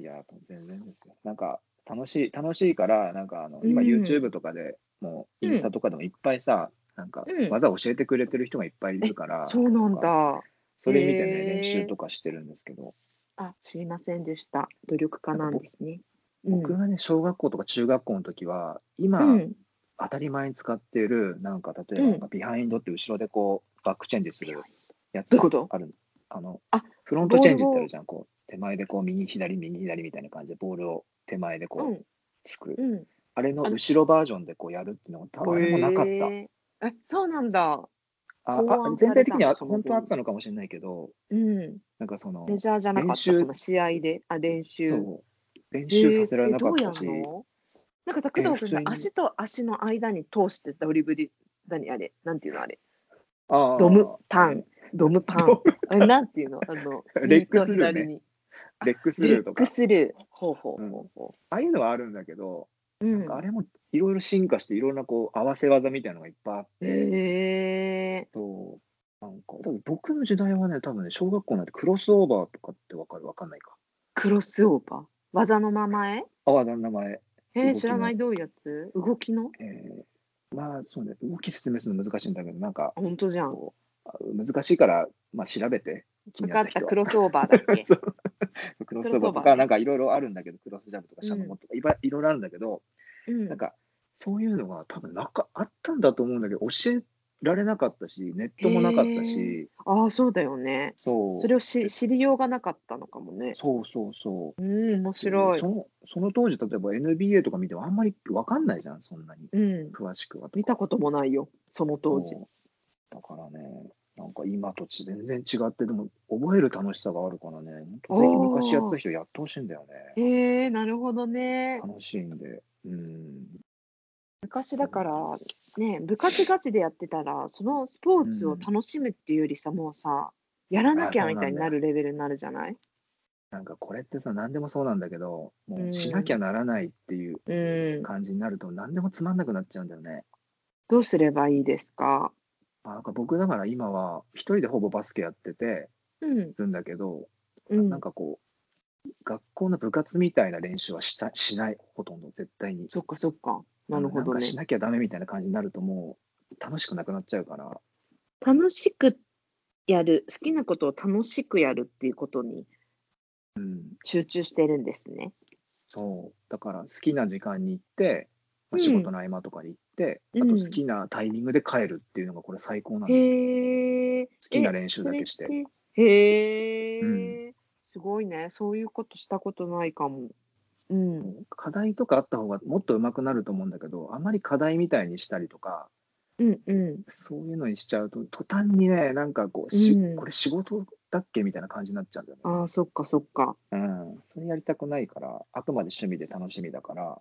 [SPEAKER 1] いや、全然ですよ。なんか、楽しい、楽しいから、なんか、あの、今、
[SPEAKER 2] うん
[SPEAKER 1] YouTube とかでもう、インスタとかでもいっぱいさ、なんか
[SPEAKER 2] うん、
[SPEAKER 1] 技教えてくれてる人がいっぱいいるから、
[SPEAKER 2] そうなん
[SPEAKER 1] か
[SPEAKER 2] だ。
[SPEAKER 1] それ見てね、
[SPEAKER 2] へー
[SPEAKER 1] 練習とかしてるんですけど、
[SPEAKER 2] あ、知りませんでした。努力家なんですね。
[SPEAKER 1] 僕がね、小学校とか中学校の時は、今、
[SPEAKER 2] うん、うん、
[SPEAKER 1] 当たり前に使っている、なんか、例えば
[SPEAKER 2] うん
[SPEAKER 1] なんか、ビハインドって後ろでこう、バックチェンジするやつ
[SPEAKER 2] どういうこと
[SPEAKER 1] あるあの
[SPEAKER 2] あ
[SPEAKER 1] フロントチェンジってあるじゃん、こう手前でこう右左右左みたいな感じでボールを手前で
[SPEAKER 2] う
[SPEAKER 1] こ
[SPEAKER 2] ん
[SPEAKER 1] う、つく、
[SPEAKER 2] うん。
[SPEAKER 1] あれの
[SPEAKER 2] あの
[SPEAKER 1] 後ろバージョンでこうやるっていうのが多分あれもなかった、
[SPEAKER 2] へーえ、そうなんだ。
[SPEAKER 1] あ
[SPEAKER 2] 考案
[SPEAKER 1] あ
[SPEAKER 2] された
[SPEAKER 1] 全体的には
[SPEAKER 2] そのボ
[SPEAKER 1] 本
[SPEAKER 2] ール
[SPEAKER 1] 当はあったのかもしれないけど
[SPEAKER 2] うん。
[SPEAKER 1] なんかその
[SPEAKER 2] メジャーじゃなかっ
[SPEAKER 1] 練
[SPEAKER 2] た、
[SPEAKER 1] 習
[SPEAKER 2] その試合で、あ、練習。
[SPEAKER 1] そう練習させられなかったし、
[SPEAKER 2] えーえどうやんのなんかさ、工藤
[SPEAKER 1] えー普
[SPEAKER 2] 君
[SPEAKER 1] 通
[SPEAKER 2] さ
[SPEAKER 1] に、
[SPEAKER 2] 足と足の間に通してドリブリ、何あれ、なんていうのあれ、
[SPEAKER 1] ああ
[SPEAKER 2] ドムパン、ドムパン
[SPEAKER 1] ド、、
[SPEAKER 2] あれなんていうの、あの
[SPEAKER 1] レッグスルーね
[SPEAKER 2] 右と左に
[SPEAKER 1] レックス
[SPEAKER 2] レ
[SPEAKER 1] ルー
[SPEAKER 2] ッ
[SPEAKER 1] とか
[SPEAKER 2] グ
[SPEAKER 1] あ
[SPEAKER 2] スルー、ほうほうほうほ
[SPEAKER 1] あいうのはあるんだけど、
[SPEAKER 2] う。うん
[SPEAKER 1] あれもいろいろ進化していろんなこう合わせ技みたいなのがいっぱいあって、
[SPEAKER 2] へえ
[SPEAKER 1] そうなんか多分僕の時代はね多分ね小学校なんてクロスオーバーとかってわかるわかんないか
[SPEAKER 2] クロスオーバー、技の名前
[SPEAKER 1] あわだの名前、
[SPEAKER 2] え
[SPEAKER 1] 動きの
[SPEAKER 2] ー、知らない、どういうやつ動きの
[SPEAKER 1] えーまあそうね動き説明するの難しいんだけどなんか
[SPEAKER 2] あ本当じゃん。
[SPEAKER 1] こうあ難しいから、まあ、調べて気
[SPEAKER 2] 分
[SPEAKER 1] にな
[SPEAKER 2] かっ
[SPEAKER 1] った
[SPEAKER 2] た、
[SPEAKER 1] 人は
[SPEAKER 2] クロスオーバーだっ け
[SPEAKER 1] そうクロスオーバーと
[SPEAKER 2] クロスオーバー
[SPEAKER 1] か
[SPEAKER 2] ね
[SPEAKER 1] なんかいろいろあるんだけどクロスジャンプとかシャノモとか、いばいろいろあるんだけど、
[SPEAKER 2] うん
[SPEAKER 1] なんかそういうのが多分なんかあったんだと思うんだけど教えられなかったしネットもなかった
[SPEAKER 2] へ
[SPEAKER 1] し
[SPEAKER 2] ああ、そうだよね。
[SPEAKER 1] そう
[SPEAKER 2] それをし知りようがなかったのかもね。
[SPEAKER 1] そうそうそう
[SPEAKER 2] うん、面白い
[SPEAKER 1] そ。のその当時、例えば NBA とか見てもあんまり分かんないじゃん、そんなに
[SPEAKER 2] うん、
[SPEAKER 1] 詳しくは。
[SPEAKER 2] 見たこともないよ、その当時。
[SPEAKER 1] そうだからね、なんか今と全然違って、でも覚える楽しさがあるからね、本当ぜひ昔やってた人やってほしいんだよね。
[SPEAKER 2] えー、なるほどね。
[SPEAKER 1] 楽しいんで。うん。
[SPEAKER 2] 昔だから、ね、部活ガチでやってたら、そのスポーツを楽しむっていうよりさ、もうさ、やらなきゃ
[SPEAKER 1] あそう
[SPEAKER 2] み
[SPEAKER 1] なんだ
[SPEAKER 2] た
[SPEAKER 1] よ
[SPEAKER 2] いになるレベルになるじゃない
[SPEAKER 1] なんかこれってさ、何でもそうなんだけど、
[SPEAKER 2] う
[SPEAKER 1] も
[SPEAKER 2] ん
[SPEAKER 1] うしなきゃならないっていう
[SPEAKER 2] うん。
[SPEAKER 1] 感じになると、何でもつまんなくなっちゃうんだよね。
[SPEAKER 2] どうすればいいですか
[SPEAKER 1] あなんか僕だから今は、一人でほぼバスケやってて
[SPEAKER 2] うん、
[SPEAKER 1] るんだけど、
[SPEAKER 2] うん。
[SPEAKER 1] なんかこう、学校の部活みたいな練習はしたしない、ほとんど絶対に。
[SPEAKER 2] そっかそっか。なるほ
[SPEAKER 1] ん
[SPEAKER 2] ど
[SPEAKER 1] か
[SPEAKER 2] ね
[SPEAKER 1] し。なきゃダメみたいな感じになると、もう楽しくなくなっちゃうから、
[SPEAKER 2] 楽しくやる、好きなことを楽しくやるっていうことに
[SPEAKER 1] うん、
[SPEAKER 2] 集中してるんですね。
[SPEAKER 1] そう、だから好きな時間に行って、ま
[SPEAKER 2] うん
[SPEAKER 1] あ、仕事の合間とかに行って、
[SPEAKER 2] うん
[SPEAKER 1] あと好きなタイミングで帰るっていうのが、これ最高なんですよ
[SPEAKER 2] へえ。
[SPEAKER 1] 好きな練習だけして
[SPEAKER 2] そ。れって。へえ、
[SPEAKER 1] う
[SPEAKER 2] すごいね。そういうことしたことないかも。うん。
[SPEAKER 1] 課題とかあった方がもっと上手くなると思うんだけど、あまり課題みたいにしたりとか、
[SPEAKER 2] うんうん。
[SPEAKER 1] そういうのにしちゃうと、途端にね、なんかこう、し
[SPEAKER 2] うん
[SPEAKER 1] これ仕事だっけみたいな感じになっちゃうんだよね。
[SPEAKER 2] ああ、そっかそっか。
[SPEAKER 1] うん。それやりたくないから、あくまで趣味で楽しみだから、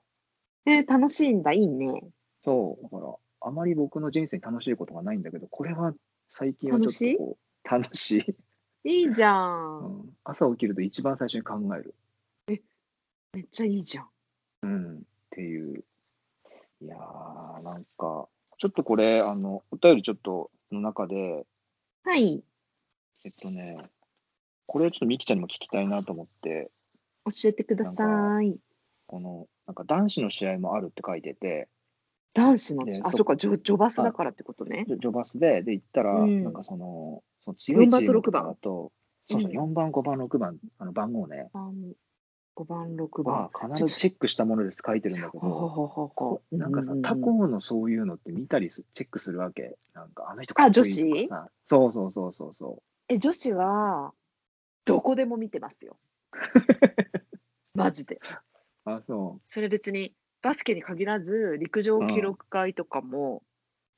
[SPEAKER 2] えー楽しいんだ、いいね。
[SPEAKER 1] そう、だから、あまり僕の人生に楽しいことがないんだけど、これは最近は
[SPEAKER 2] 楽
[SPEAKER 1] ちょっとこう、楽しい。
[SPEAKER 2] いいじゃ。
[SPEAKER 1] うんん、朝起きると一番最初に考える。
[SPEAKER 2] めっちゃいいじゃん。
[SPEAKER 1] うん、っていう。いやー、なんか、ちょっとこれ、あの、お便りちょっとの中で、
[SPEAKER 2] はい、
[SPEAKER 1] えっとね、これちょっとミキちゃんにも聞きたいなと思って、
[SPEAKER 2] 教えてください。
[SPEAKER 1] この、なんか男子の試合もあるって書いてて、
[SPEAKER 2] 男子の
[SPEAKER 1] ね、
[SPEAKER 2] あ、
[SPEAKER 1] そ
[SPEAKER 2] そっか、ジョジョバスだからってことね
[SPEAKER 1] ジ。ョジョバスで、で、行ったら、
[SPEAKER 2] うん
[SPEAKER 1] なんかその、その強いチームとかだと、
[SPEAKER 2] 四
[SPEAKER 1] そう
[SPEAKER 2] 番と六
[SPEAKER 1] そう、4番、5
[SPEAKER 2] 番
[SPEAKER 1] 番、6番、あの番号ね、
[SPEAKER 2] 5番、6番。
[SPEAKER 1] は必ずチェックしたものです書いてるんだけ
[SPEAKER 2] ほうほう
[SPEAKER 1] ど、
[SPEAKER 2] ほうほう
[SPEAKER 1] こ
[SPEAKER 2] ほう
[SPEAKER 1] なんかさ
[SPEAKER 2] ううう、
[SPEAKER 1] 他校のそういうのって見たりすチェックするわけ。なんか、あの人
[SPEAKER 2] あ
[SPEAKER 1] かっこいいとかさ。そうそうそうそうそ
[SPEAKER 2] え、女子は、どこでも見てま すよ。マジで。
[SPEAKER 1] う。あ、そ
[SPEAKER 2] それ別に、バスケに限らず、陸上記録会とかも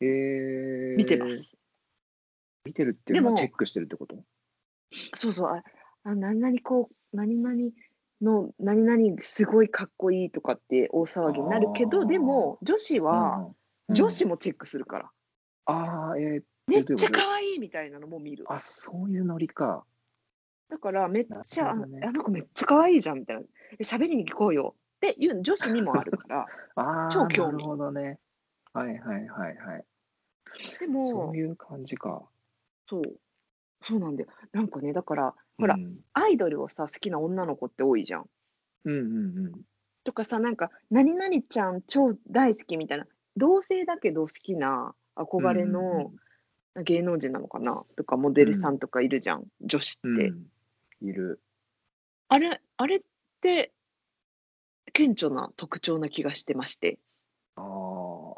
[SPEAKER 1] う。えー、
[SPEAKER 2] 見てます。。
[SPEAKER 1] 見てるっていうの
[SPEAKER 2] で
[SPEAKER 1] は
[SPEAKER 2] も
[SPEAKER 1] チェックしてるってこと
[SPEAKER 2] そうそう、あ、あ何々こう、何々の、何々すごいかっこいいとかって大騒ぎになるけ
[SPEAKER 1] あ
[SPEAKER 2] ど、
[SPEAKER 1] ー
[SPEAKER 2] でも、女子は、女子もチェックするから。
[SPEAKER 1] ああー、えー、
[SPEAKER 2] めっち
[SPEAKER 1] どういうこ
[SPEAKER 2] ゃ
[SPEAKER 1] と
[SPEAKER 2] 可愛いみたいなのも見る。
[SPEAKER 1] あ、そういうノリか。
[SPEAKER 2] だからめっちゃ、
[SPEAKER 1] な
[SPEAKER 2] あ
[SPEAKER 1] る
[SPEAKER 2] の
[SPEAKER 1] ほどね
[SPEAKER 2] あの子めっちゃ可愛いじゃんみたいな。え喋りに行こうよっていう女子にもあ るから。
[SPEAKER 1] ああ、
[SPEAKER 2] 超興味
[SPEAKER 1] なるほどね。はいはいはいはい。
[SPEAKER 2] でも、そ
[SPEAKER 1] そうういう感じか。
[SPEAKER 2] そう、なんだよ。なんかね、だから、ほら
[SPEAKER 1] うん、
[SPEAKER 2] アイドルをさ、好きな女の子って多いじゃん。
[SPEAKER 1] うんうんうん。
[SPEAKER 2] とかさ、なんか、何々ちゃん超大好きみたいな。同性だけど好きな憧れ
[SPEAKER 1] うんうん
[SPEAKER 2] の芸能人なのかなとか、モデルさんとかいるじゃん、女子って。
[SPEAKER 1] うん、いる。
[SPEAKER 2] あれ、あれって、顕著な特徴な気がしてまして。
[SPEAKER 1] ああ、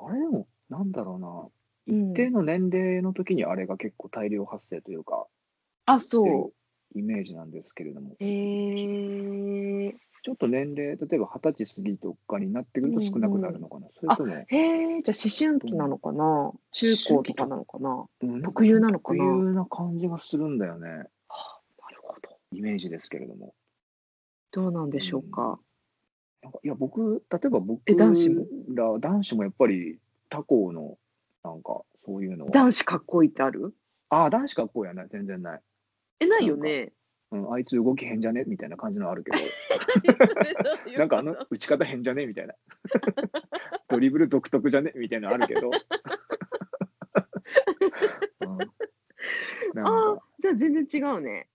[SPEAKER 1] あれでも、なんだろうな。
[SPEAKER 2] うん
[SPEAKER 1] 一定の年齢の時にあれが結構大量発生というか、
[SPEAKER 2] あ、
[SPEAKER 1] して
[SPEAKER 2] そう
[SPEAKER 1] る。イメージなんですけれども、
[SPEAKER 2] えー、
[SPEAKER 1] ちょっと年齢、例えば二十歳過ぎとかになってくると少なくなるのかな。それとも、
[SPEAKER 2] へえ、じゃあ思春期なのかな中高とかなのかなは
[SPEAKER 1] うん
[SPEAKER 2] 特有なのかな
[SPEAKER 1] 特有な感じがするんだよね。
[SPEAKER 2] あなるほど。
[SPEAKER 1] イメージですけれども。
[SPEAKER 2] どうなんでしょうか。
[SPEAKER 1] なんかいや、僕、例えば僕
[SPEAKER 2] え
[SPEAKER 1] ら、
[SPEAKER 2] 男子も
[SPEAKER 1] 男子もやっぱり他校の、なんか、そういうのは。
[SPEAKER 2] 男子かっこいいってある
[SPEAKER 1] ああ、男子学校やない、全然ない。
[SPEAKER 2] え、ないよね。
[SPEAKER 1] うん、あいつ動き変じゃねみたいな感じのあるけ ど。なんかあの打ち方変じゃねみ たいなドリブル独特じゃねみたいなのあるけ ど、うん、なん
[SPEAKER 2] あ
[SPEAKER 1] か
[SPEAKER 2] じゃあ全然違うね。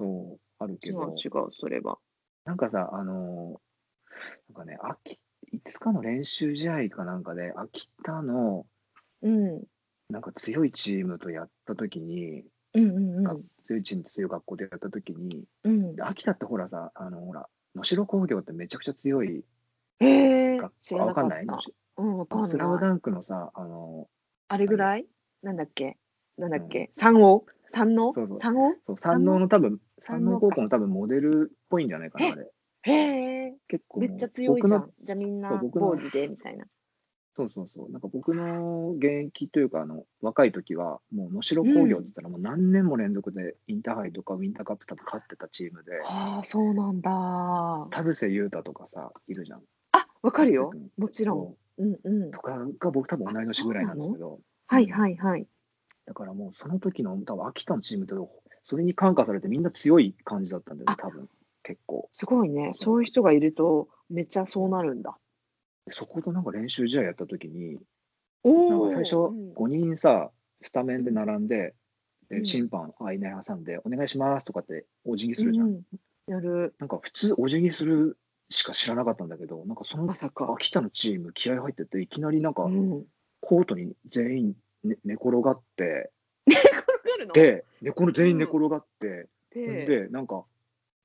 [SPEAKER 1] そうあるけ
[SPEAKER 2] 違う
[SPEAKER 1] ど
[SPEAKER 2] 違う、それは。
[SPEAKER 1] なんかさあのーなんかね秋いつかの練習試合かなんかで秋田の
[SPEAKER 2] うん。うん
[SPEAKER 1] なんか強いチームとやった時に
[SPEAKER 2] うんうん。
[SPEAKER 1] 強いチームと強い学校でやった時に
[SPEAKER 2] うん
[SPEAKER 1] で、秋田ってほらさあのほら能代工業ってめちゃくちゃ強い
[SPEAKER 2] えー
[SPEAKER 1] 学、
[SPEAKER 2] 知
[SPEAKER 1] 校
[SPEAKER 2] ら
[SPEAKER 1] あ
[SPEAKER 2] な
[SPEAKER 1] わ
[SPEAKER 2] か
[SPEAKER 1] か
[SPEAKER 2] っ
[SPEAKER 1] ん
[SPEAKER 2] た
[SPEAKER 1] ない。
[SPEAKER 2] うん、わか
[SPEAKER 1] ス
[SPEAKER 2] ん
[SPEAKER 1] ラム
[SPEAKER 2] ない。
[SPEAKER 1] ダンクのさあの
[SPEAKER 2] あれぐらいなんだっけなんだっ
[SPEAKER 1] う
[SPEAKER 2] け三王三王
[SPEAKER 1] そうそう
[SPEAKER 2] 三王
[SPEAKER 1] そう山王の多分
[SPEAKER 2] 山王
[SPEAKER 1] 山王高校の多分モデルっぽいんじゃないかな
[SPEAKER 2] え
[SPEAKER 1] あれ
[SPEAKER 2] へえ、
[SPEAKER 1] 結構
[SPEAKER 2] め
[SPEAKER 1] もう
[SPEAKER 2] っちゃ強いじゃん
[SPEAKER 1] 僕の。
[SPEAKER 2] じゃあみんな
[SPEAKER 1] そう僕の
[SPEAKER 2] 坊主でみたいな。
[SPEAKER 1] そうそうそうなんか僕の現役というかあの若い時はもう能代工業って言ったらもう何年も連続でインターハイとかウィンターカップ多分勝ってたチームで
[SPEAKER 2] ああ、そうなんだ。あ、
[SPEAKER 1] 田臥勇太とかさいるじゃん
[SPEAKER 2] わかるよ
[SPEAKER 1] うん。
[SPEAKER 2] もちろん。
[SPEAKER 1] そう
[SPEAKER 2] うんうん
[SPEAKER 1] と。かが僕多分同い年ぐらいなんだけど
[SPEAKER 2] はいはいはい。
[SPEAKER 1] だからもうその時の多分秋田のチームとそれに感化されてみんな強い感じだったんだよね
[SPEAKER 2] あ
[SPEAKER 1] 多分結構
[SPEAKER 2] すごいね。そういう人がいると、めっちゃそうなるんだ。
[SPEAKER 1] そことなんか練習試合やった時になん
[SPEAKER 2] お
[SPEAKER 1] か
[SPEAKER 2] お。
[SPEAKER 1] 最初
[SPEAKER 2] うん
[SPEAKER 1] 5人さ、スタメンで並んで、
[SPEAKER 2] う
[SPEAKER 1] で
[SPEAKER 2] ん
[SPEAKER 1] 審判、あいない挟んで、お願いしますとかってお辞儀するじゃん。
[SPEAKER 2] うんやる。
[SPEAKER 1] なんか普通、お辞儀するしか知らなかったんだけど、なんかその
[SPEAKER 2] まさか。
[SPEAKER 1] 秋田のチーム、気合入ってて、いきなりなんか
[SPEAKER 2] うん。わ
[SPEAKER 1] コートに全員、ね、寝転がって、
[SPEAKER 2] かるの。
[SPEAKER 1] で、猫の全員寝転がって、
[SPEAKER 2] で
[SPEAKER 1] で、なんか、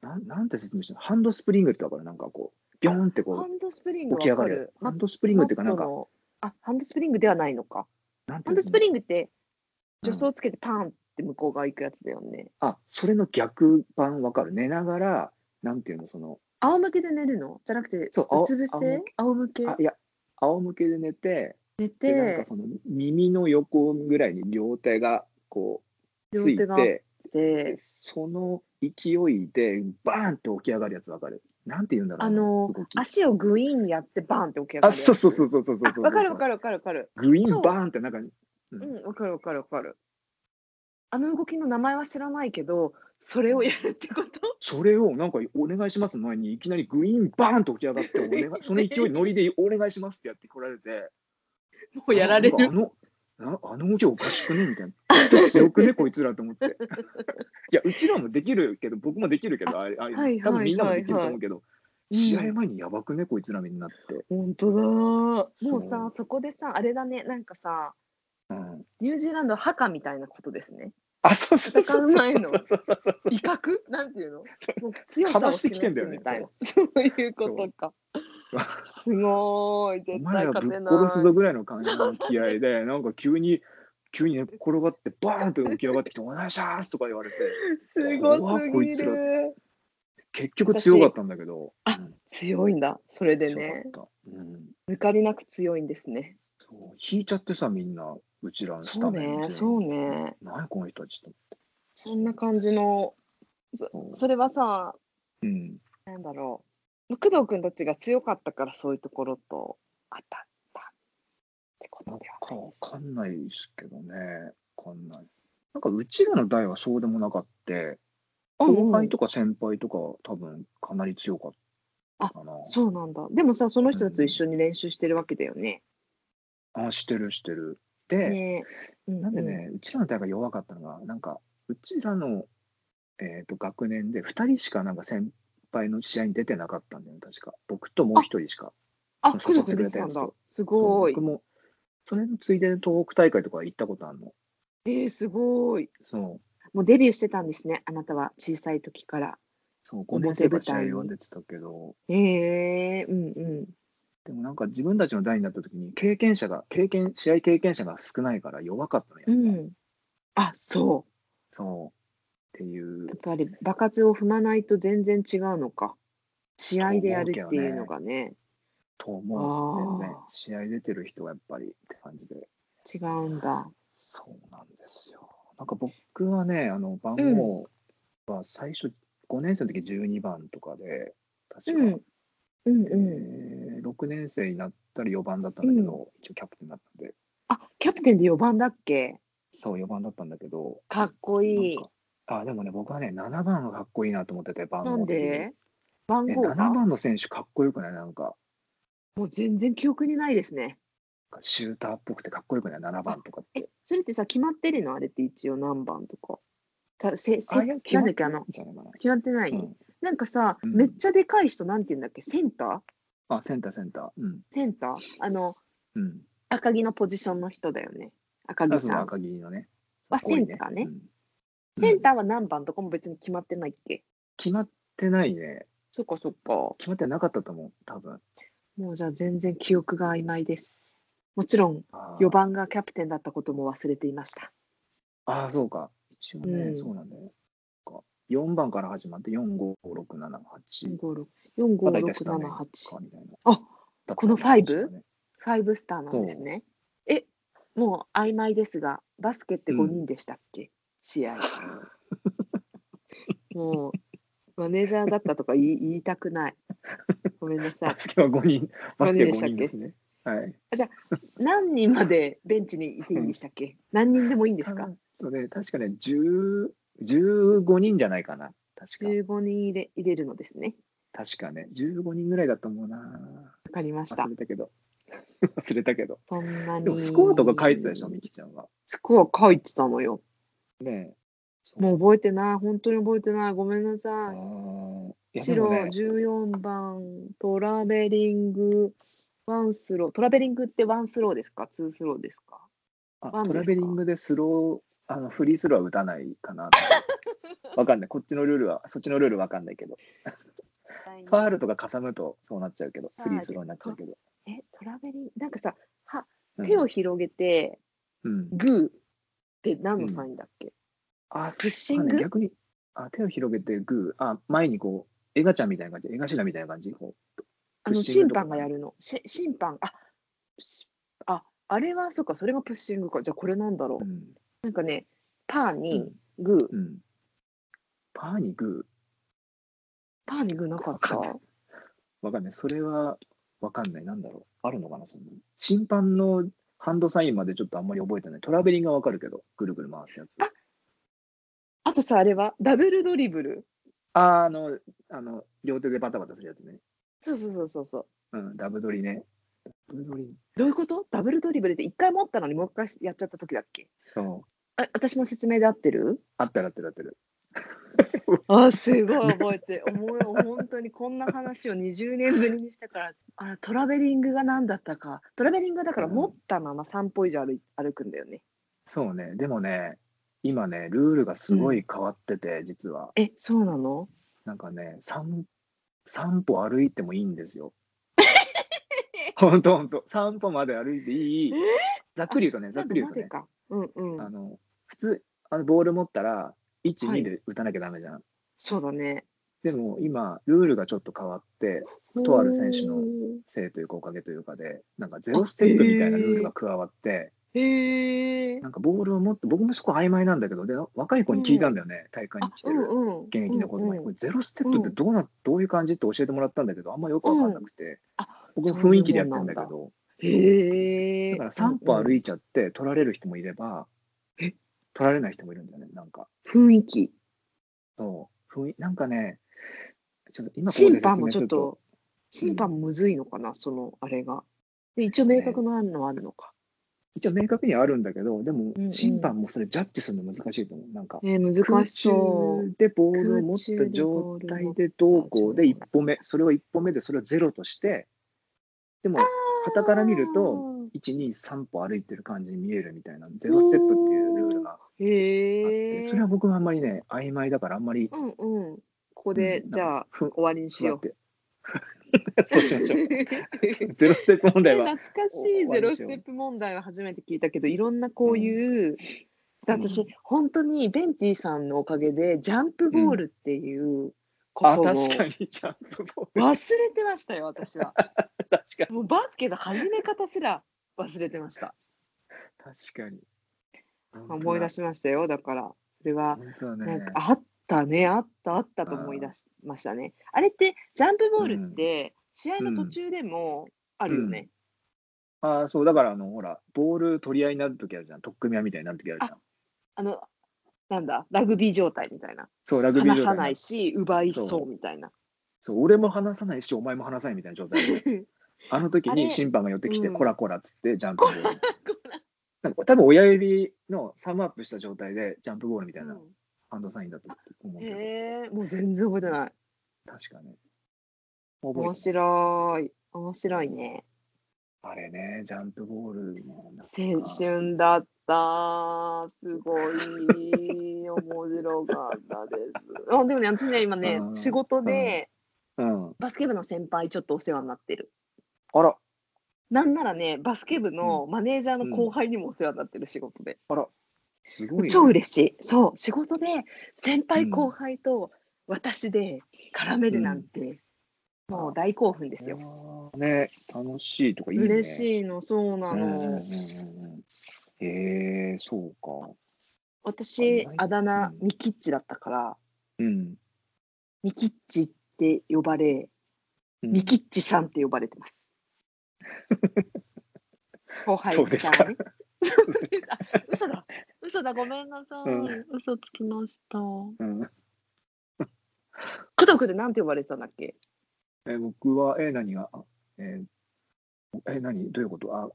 [SPEAKER 1] なんなんて説明したのハンドスプリングってわかるなんかこう、ビョーンって
[SPEAKER 2] ハ
[SPEAKER 1] こ
[SPEAKER 2] ンドスプリン
[SPEAKER 1] う、
[SPEAKER 2] グ
[SPEAKER 1] 起き上
[SPEAKER 2] わ
[SPEAKER 1] が
[SPEAKER 2] か
[SPEAKER 1] る
[SPEAKER 2] る。。
[SPEAKER 1] ハンドスプリングっていうか、なん
[SPEAKER 2] マ
[SPEAKER 1] か
[SPEAKER 2] ット、のあ、ハンドスプリングではないのか。
[SPEAKER 1] なんて
[SPEAKER 2] ハ
[SPEAKER 1] い
[SPEAKER 2] ン
[SPEAKER 1] うの
[SPEAKER 2] ドスプリングって、
[SPEAKER 1] うん
[SPEAKER 2] 助走つけてパンって向こう側行くやつだよね。
[SPEAKER 1] あ、それの逆版わかる。寝ながら、なんていうの、その、
[SPEAKER 2] 仰向けで寝るのじゃなくて、
[SPEAKER 1] そう
[SPEAKER 2] うつ伏
[SPEAKER 1] 仰
[SPEAKER 2] せ仰向け
[SPEAKER 1] あいや、仰向けで寝て、
[SPEAKER 2] 寝
[SPEAKER 1] でなんか
[SPEAKER 2] て、
[SPEAKER 1] その耳の横ぐらいに両手がこう
[SPEAKER 2] 両
[SPEAKER 1] つい
[SPEAKER 2] 手があってで、
[SPEAKER 1] その勢いでバーンと起き上がるやつわかるなんて言うんだろう
[SPEAKER 2] あの
[SPEAKER 1] 動き
[SPEAKER 2] 足をグイーンやってバーンって起き上が
[SPEAKER 1] あ
[SPEAKER 2] るやつ。
[SPEAKER 1] そうそうそうそうそうそう
[SPEAKER 2] あわかるわか
[SPEAKER 1] る
[SPEAKER 2] るわかるわかる。
[SPEAKER 1] グイー
[SPEAKER 2] そ
[SPEAKER 1] ン
[SPEAKER 2] う
[SPEAKER 1] バーンってなんかう
[SPEAKER 2] うんん、わかるわかるわかる。あの動きの名前は知らないけど、それをやるってこと
[SPEAKER 1] それをなんかお願いしますの前にいきなりグイーンバーンと起き上がってお願いその勢いノリでお願いしますってやってこられて
[SPEAKER 2] もうや られ
[SPEAKER 1] あなんかあ
[SPEAKER 2] る。
[SPEAKER 1] のああの動きおかしくねみたいな強くねこいつらと思っていやうちらもできるけど僕もできるけどあれああいうの
[SPEAKER 2] はいはい
[SPEAKER 1] 多分みんなもできると思うけど、
[SPEAKER 2] い
[SPEAKER 1] 試合前にやばくねこいつらみんなって、
[SPEAKER 2] 本当だ。も
[SPEAKER 1] そ
[SPEAKER 2] うさ、そこでさ、あれだね、なんかさ、
[SPEAKER 1] うん、
[SPEAKER 2] ニュージーランドは墓みたいなことですね。
[SPEAKER 1] あそうそうそう
[SPEAKER 2] 戦う前の
[SPEAKER 1] そうそうそうそう
[SPEAKER 2] 威嚇 なんていうのもう強さを示すみたいな。そういうことか。すごい。
[SPEAKER 1] お
[SPEAKER 2] 絶
[SPEAKER 1] 前
[SPEAKER 2] 対
[SPEAKER 1] らぶ
[SPEAKER 2] 勝
[SPEAKER 1] って
[SPEAKER 2] ない。
[SPEAKER 1] 殺すぞぐらいの感じの気合で、なんか急に、急に寝っ転がって、バーンと起き上がってきて、お願いしますとか言われて、
[SPEAKER 2] すご
[SPEAKER 1] 怖っこい
[SPEAKER 2] す
[SPEAKER 1] つ
[SPEAKER 2] ぎ
[SPEAKER 1] ら
[SPEAKER 2] る。
[SPEAKER 1] 結局強かったんだけど、
[SPEAKER 2] 私
[SPEAKER 1] うん
[SPEAKER 2] 強いんだ。それで
[SPEAKER 1] 強
[SPEAKER 2] ね。
[SPEAKER 1] かった。うん、
[SPEAKER 2] 抜かりなく強いんですね。
[SPEAKER 1] そう引いちゃってさ、みんな、うちらのス
[SPEAKER 2] そ
[SPEAKER 1] タ
[SPEAKER 2] う
[SPEAKER 1] メン
[SPEAKER 2] ね、
[SPEAKER 1] 全員
[SPEAKER 2] そう。ね。
[SPEAKER 1] 何この人たちと
[SPEAKER 2] そんな感じの、
[SPEAKER 1] 思って。
[SPEAKER 2] それはさ、
[SPEAKER 1] うん、
[SPEAKER 2] なんだろう。工藤君たちが強かったからそういうところと当たったってこ
[SPEAKER 1] なん
[SPEAKER 2] と
[SPEAKER 1] か
[SPEAKER 2] ではないで
[SPEAKER 1] わかん
[SPEAKER 2] す
[SPEAKER 1] ないですけどね、わかんない。なんかうちらの代はそうでもなかった。
[SPEAKER 2] か。
[SPEAKER 1] 後輩
[SPEAKER 2] うん
[SPEAKER 1] とか先輩とかは多分かなり強かったかな。
[SPEAKER 2] そうなんだ。でもさ、その人たちと一緒に練習してるわけだよね。
[SPEAKER 1] あ、してるしてる。で、
[SPEAKER 2] ねえ。
[SPEAKER 1] な
[SPEAKER 2] なん
[SPEAKER 1] でね、うちらの大会弱かったのが、なんか、うちらの、えー、と学年で2人しかなんか先輩の試合に出てなかったんだよね、確か。僕ともう1人しか。
[SPEAKER 2] あ、
[SPEAKER 1] 誘
[SPEAKER 2] 工
[SPEAKER 1] って
[SPEAKER 2] 藤君
[SPEAKER 1] くれ
[SPEAKER 2] 出
[SPEAKER 1] た
[SPEAKER 2] てた
[SPEAKER 1] や
[SPEAKER 2] ん
[SPEAKER 1] つと
[SPEAKER 2] だ。す
[SPEAKER 1] そ
[SPEAKER 2] ご
[SPEAKER 1] う
[SPEAKER 2] い
[SPEAKER 1] 僕。も、それのついでで東北大会とか行ったことあるの。
[SPEAKER 2] えー、すごい。
[SPEAKER 1] そう。
[SPEAKER 2] もうデビューしてたんですね、あなたは小さい時から。
[SPEAKER 1] そう、5
[SPEAKER 2] 表
[SPEAKER 1] 年生が試
[SPEAKER 2] 舞台に
[SPEAKER 1] 合は出てたけど、
[SPEAKER 2] ええー、うんうん。
[SPEAKER 1] でもなんか自分たちの代になった時に、経験者が、経験、試合経験者が少ないから弱かったのよ。
[SPEAKER 2] うん。あ、そ
[SPEAKER 1] そう。っていう
[SPEAKER 2] う。やっぱり場数を踏まないと全然違うのか。試合でやるっていうのがね、
[SPEAKER 1] と思う。全然
[SPEAKER 2] あー、
[SPEAKER 1] 試合出てる人はやっぱりって感じで。
[SPEAKER 2] 違うんだ。
[SPEAKER 1] そうなんですよ。なんか僕はね、あの番号は最初、5年生の時12番とかで、
[SPEAKER 2] う
[SPEAKER 1] 確か、
[SPEAKER 2] ん。うんうん。
[SPEAKER 1] えー6年生になったら4番だったんだけど、一応キャプテンだったんで、
[SPEAKER 2] あ、キャプテンで4番だっけ
[SPEAKER 1] そう、4番だったんだけど、
[SPEAKER 2] かっこいい
[SPEAKER 1] なん。かあでもね、僕はね、7番がかっこいいなと思ってて、番号
[SPEAKER 2] なん
[SPEAKER 1] 的に
[SPEAKER 2] で番
[SPEAKER 1] え
[SPEAKER 2] 号
[SPEAKER 1] 7
[SPEAKER 2] が
[SPEAKER 1] 番の選手、かっこよくないなんか、
[SPEAKER 2] もう全然記憶にないですね。
[SPEAKER 1] シューターっぽくてかっこよくない ?7 番とかって
[SPEAKER 2] え。、それってさ、決まってるのあれって一応何番とか。たせせ
[SPEAKER 1] あいや決
[SPEAKER 2] な
[SPEAKER 1] ま
[SPEAKER 2] ん
[SPEAKER 1] っ
[SPEAKER 2] だってけ、あ
[SPEAKER 1] ない
[SPEAKER 2] の
[SPEAKER 1] ん、じゃないかな
[SPEAKER 2] 決まってない、
[SPEAKER 1] うん
[SPEAKER 2] なんかさ、
[SPEAKER 1] うん
[SPEAKER 2] めっちゃでかい人、なんて言うんだっけ、センター
[SPEAKER 1] あ、センター、センター。うん。
[SPEAKER 2] センターあの、
[SPEAKER 1] うん。
[SPEAKER 2] 赤木のポジションの人だよね。赤
[SPEAKER 1] あ
[SPEAKER 2] 木
[SPEAKER 1] そ
[SPEAKER 2] さ
[SPEAKER 1] の
[SPEAKER 2] ん。
[SPEAKER 1] 赤木のね。
[SPEAKER 2] あ
[SPEAKER 1] そう
[SPEAKER 2] センターね
[SPEAKER 1] うん
[SPEAKER 2] センターは何番とかも別に決まってないっけ
[SPEAKER 1] 決まってないね。
[SPEAKER 2] そっかそっか。
[SPEAKER 1] 決まってなかったと思う、多分
[SPEAKER 2] もうじゃあ全然記憶が曖昧です。もちろん、
[SPEAKER 1] あー
[SPEAKER 2] 4番がキャプテンだったことも忘れていました。
[SPEAKER 1] あー、そうか。一応ね、
[SPEAKER 2] うん
[SPEAKER 1] そうなんだよ。か4番から始まって、4、5、6、7、8。
[SPEAKER 2] 456、
[SPEAKER 1] まあ大体下ね
[SPEAKER 2] 7、8。
[SPEAKER 1] かみたいな。
[SPEAKER 2] あ
[SPEAKER 1] だった
[SPEAKER 2] このファイブ
[SPEAKER 1] 確かね
[SPEAKER 2] ファイブスターなんですね。え、もう曖昧ですが、バスケって
[SPEAKER 1] うん
[SPEAKER 2] 5人でしたっけ、試 合。もう、マネージャーだったとか言い 言いたくない。ごめんなさ
[SPEAKER 1] バ
[SPEAKER 2] い。
[SPEAKER 1] スケは5人。 バスケ
[SPEAKER 2] 五
[SPEAKER 1] 5
[SPEAKER 2] 人
[SPEAKER 1] 人
[SPEAKER 2] で
[SPEAKER 1] で
[SPEAKER 2] し
[SPEAKER 1] す
[SPEAKER 2] た
[SPEAKER 1] ね。はい。
[SPEAKER 2] 何人までベンチにいていいんでしたっけ何人でもいいんですか
[SPEAKER 1] あとね、確かね、10 15人じゃないかな。確か。
[SPEAKER 2] ?15 人入れ入れるのですね。
[SPEAKER 1] 確かね、15人ぐらいだと思うな。
[SPEAKER 2] わかりました
[SPEAKER 1] 忘。れたけど。 忘れたけど。
[SPEAKER 2] そんなに。
[SPEAKER 1] でもスコアとか書いてたでしょ、みきちゃんは。
[SPEAKER 2] スコア書いてたのよ。
[SPEAKER 1] ねえ。そう
[SPEAKER 2] もう覚えてない。本当に覚えてない。ごめんなさい。
[SPEAKER 1] いやで
[SPEAKER 2] 白
[SPEAKER 1] もね、
[SPEAKER 2] 14番、トラベリング、ワンスロー。トラベリングってワンスローですかツースローですか
[SPEAKER 1] あ
[SPEAKER 2] ワンです
[SPEAKER 1] ト
[SPEAKER 2] か
[SPEAKER 1] ラベリングでスロー、あのフリースローは打たないかなって。 わかんない。こっちのルールは、そっちのルールわかんないけど。ファールとかかさむとそうなっちゃうけど、
[SPEAKER 2] ファー
[SPEAKER 1] フ
[SPEAKER 2] ル
[SPEAKER 1] リースローになっちゃうけど。
[SPEAKER 2] え、トラベリング、なんかさ、は
[SPEAKER 1] うん
[SPEAKER 2] 手を広げて、
[SPEAKER 1] うん。
[SPEAKER 2] グーって何のサインだっけ、
[SPEAKER 1] あ、
[SPEAKER 2] プッシン
[SPEAKER 1] まあ
[SPEAKER 2] グ、
[SPEAKER 1] ね逆にあ、手を広げてグー、あ、前にこう、エガちゃんみたいな感じ、エガシラみたいな感じ。こう
[SPEAKER 2] あの
[SPEAKER 1] プッシン
[SPEAKER 2] 審
[SPEAKER 1] グとか
[SPEAKER 2] 判がやるの。し審判、あしああれは、そうか、それがプッシングか。じゃあ、これなんだろう。
[SPEAKER 1] ん。
[SPEAKER 2] なんかね、パーに
[SPEAKER 1] うん
[SPEAKER 2] グー。
[SPEAKER 1] うん。パーにグ
[SPEAKER 2] パーにグーなかった。
[SPEAKER 1] わかんー。わかんない。それはわかんない。なんだろう。あるのかなその審判のハンドサインまでちょっとあんまり覚えてない。トラベリングはわかるけど、ぐるぐる回すやつ。
[SPEAKER 2] ああとさ、あれはダブルドリブル。
[SPEAKER 1] あーあの、あの、両手でバタバタするやつね。
[SPEAKER 2] そうそうそうそうそう。
[SPEAKER 1] うん、ダブドリね。ダブドリ。
[SPEAKER 2] どういうことダブルドリブルって一回持ったのにもう一回やっちゃった時だっけ
[SPEAKER 1] そう。
[SPEAKER 2] あ私の説明で合ってる
[SPEAKER 1] あったらあったらあったら。
[SPEAKER 2] あすごい覚えて思う本当にこんな話を20年ぶりにしたからあらトラベリングが何だったかトラベリングはだから持ったまま散歩以上歩い歩くんだよね
[SPEAKER 1] そうね。でもね、今ね、ルールがすごい変わってて、実は。
[SPEAKER 2] えそうなの
[SPEAKER 1] なんかね、散散歩歩いてもいいんです よ。ほんとほんと。散歩まで歩いていい。ざっくり言うとね、ざっくり言うと
[SPEAKER 2] まで
[SPEAKER 1] ね、
[SPEAKER 2] かうんう
[SPEAKER 1] あ
[SPEAKER 2] ん
[SPEAKER 1] の、普通、あのボール持ったら、1、
[SPEAKER 2] はい
[SPEAKER 1] 2で打たなきゃダメじゃん。
[SPEAKER 2] そうだね
[SPEAKER 1] でも今、ルールがちょっと変わって、とある選手の
[SPEAKER 2] ほう
[SPEAKER 1] せいというかおかげというかで、なんかゼロステップみたいなルールが加わって、
[SPEAKER 2] へえ
[SPEAKER 1] なんかボールを持って、僕もそこ曖昧なんだけど、で若い子に聞いたんだよね、大会に
[SPEAKER 2] あ
[SPEAKER 1] 来て
[SPEAKER 2] う
[SPEAKER 1] る
[SPEAKER 2] んうん
[SPEAKER 1] 現役の子供に、
[SPEAKER 2] うん
[SPEAKER 1] こ
[SPEAKER 2] うん
[SPEAKER 1] れゼロステップってどうな、どういう感じって教えてもらったんだけど、あんまよくわかんなくて、
[SPEAKER 2] あ
[SPEAKER 1] 僕
[SPEAKER 2] そう
[SPEAKER 1] は雰
[SPEAKER 2] いう
[SPEAKER 1] 囲気でやって
[SPEAKER 2] も
[SPEAKER 1] ん
[SPEAKER 2] ん
[SPEAKER 1] だけ
[SPEAKER 2] なん
[SPEAKER 1] ど、
[SPEAKER 2] へえ
[SPEAKER 1] だから散歩歩
[SPEAKER 2] い
[SPEAKER 1] いちゃって取られる人もいれば、
[SPEAKER 2] え
[SPEAKER 1] 取られない人もいるんだよね、なんか。
[SPEAKER 2] 雰囲気
[SPEAKER 1] そう、雰囲なんかね、ちょっと今ここで
[SPEAKER 2] 審
[SPEAKER 1] 説
[SPEAKER 2] 判も
[SPEAKER 1] 明
[SPEAKER 2] ち
[SPEAKER 1] す
[SPEAKER 2] ょっ
[SPEAKER 1] ると、
[SPEAKER 2] と、審判もむずいのかな、そのあれが。で、一応明確なのはあるのか。
[SPEAKER 1] 一応明確にはあるんだけど、でも
[SPEAKER 2] うんうん
[SPEAKER 1] 審判もそれジャッジするの難しいと思う、なんか。
[SPEAKER 2] えー、
[SPEAKER 1] 空
[SPEAKER 2] 難しそう。
[SPEAKER 1] 中でボールを持った状態でどうこうで一歩目、それを一歩目でそれをゼロとして、でも、傍から見ると、1、2、3歩歩いてる感じに見えるみたいな、ゼロステップっていうルールがあっ
[SPEAKER 2] あー、へ
[SPEAKER 1] て、
[SPEAKER 2] え。
[SPEAKER 1] それは僕はあんまりね、曖昧だからあんまり、
[SPEAKER 2] うんうん。ここで、
[SPEAKER 1] うん
[SPEAKER 2] じゃあ、
[SPEAKER 1] ふん
[SPEAKER 2] 終わりにし
[SPEAKER 1] 座っ
[SPEAKER 2] よう。
[SPEAKER 1] て。 そうしま しょ う。ゼロステップ問題は
[SPEAKER 2] 懐、かしいゼロステップ問題は初めて聞いたけどいろんなこういう、
[SPEAKER 1] うん
[SPEAKER 2] 私本当にベンティさんのおかげでジャンプボールっていう こ
[SPEAKER 1] あ、
[SPEAKER 2] とを
[SPEAKER 1] 確か
[SPEAKER 2] 忘
[SPEAKER 1] にジャンプボール、
[SPEAKER 2] れてましたよ私は
[SPEAKER 1] 確かに、
[SPEAKER 2] もうバスケの始め方すら忘れてました。
[SPEAKER 1] 確かに。
[SPEAKER 2] 思い出しましたよ。だから、それは、
[SPEAKER 1] 本当だ
[SPEAKER 2] なん
[SPEAKER 1] ね
[SPEAKER 2] か、。あったね、あった、あったと思い出しましたね。あれって、ジャンプボールって、試合の途中でもあるよね。
[SPEAKER 1] ああ、そう、だから、あの、ほら、ボール取り合いになるときあるじゃん。取っ組み合いみたいになるときあるじゃん。
[SPEAKER 2] あの、なんだ、ラグビー状態みたいな。
[SPEAKER 1] そう、ラグビー
[SPEAKER 2] 離
[SPEAKER 1] 状態に
[SPEAKER 2] さな
[SPEAKER 1] なる
[SPEAKER 2] いし、奪い
[SPEAKER 1] そ
[SPEAKER 2] そううみたいな。
[SPEAKER 1] そう、俺も話さないし、お前も話さないみたいな状態で。 あの時
[SPEAKER 2] あ
[SPEAKER 1] に
[SPEAKER 2] れ
[SPEAKER 1] 審判が寄ってきて、
[SPEAKER 2] うん
[SPEAKER 1] こらこらっつって、ジャンプボール。なんか多分親指のサムアップした状態でジャンプボールみたいなハンドサインだと思うけど、
[SPEAKER 2] へえ、もう全然覚えてない。
[SPEAKER 1] 確かね。覚
[SPEAKER 2] 面
[SPEAKER 1] えてる
[SPEAKER 2] 白い。面白いね。
[SPEAKER 1] あれね、ジャンプボールもなんか
[SPEAKER 2] 青春だった。すごい。面白かったです。あでもね、私ね、今ね
[SPEAKER 1] う、ん
[SPEAKER 2] 仕事で
[SPEAKER 1] うん。
[SPEAKER 2] バスケ部の先輩、ちょっとお世話になってる。
[SPEAKER 1] あら、
[SPEAKER 2] なんならね、バスケ部のマネージャーの後輩にもお世話になってる仕事で。
[SPEAKER 1] あら、すごい、ね。
[SPEAKER 2] 超嬉しい。そう、仕事で先
[SPEAKER 1] う
[SPEAKER 2] 輩
[SPEAKER 1] ん
[SPEAKER 2] 後輩と私で絡めるなんて、もう大興奮ですよ。
[SPEAKER 1] あーね、楽しいとかいいね。
[SPEAKER 2] 嬉
[SPEAKER 1] い。
[SPEAKER 2] しいの、そうな
[SPEAKER 1] うんうんうん
[SPEAKER 2] の。
[SPEAKER 1] うんへえそうか。
[SPEAKER 2] 私、あだ名、ミキッチだったから、
[SPEAKER 1] うん。
[SPEAKER 2] ミキッチって呼ばれ、
[SPEAKER 1] うん
[SPEAKER 2] ミキッチさんって呼ばれてます。後輩
[SPEAKER 1] そうですか
[SPEAKER 2] ね。あ 嘘だ、嘘だ、ごめんなさい。
[SPEAKER 1] うん
[SPEAKER 2] 嘘つきました。工
[SPEAKER 1] うん
[SPEAKER 2] 藤君でなんて呼ばれてたんだっけ
[SPEAKER 1] え僕は、え、何が、あえーえ、何、どういうことあ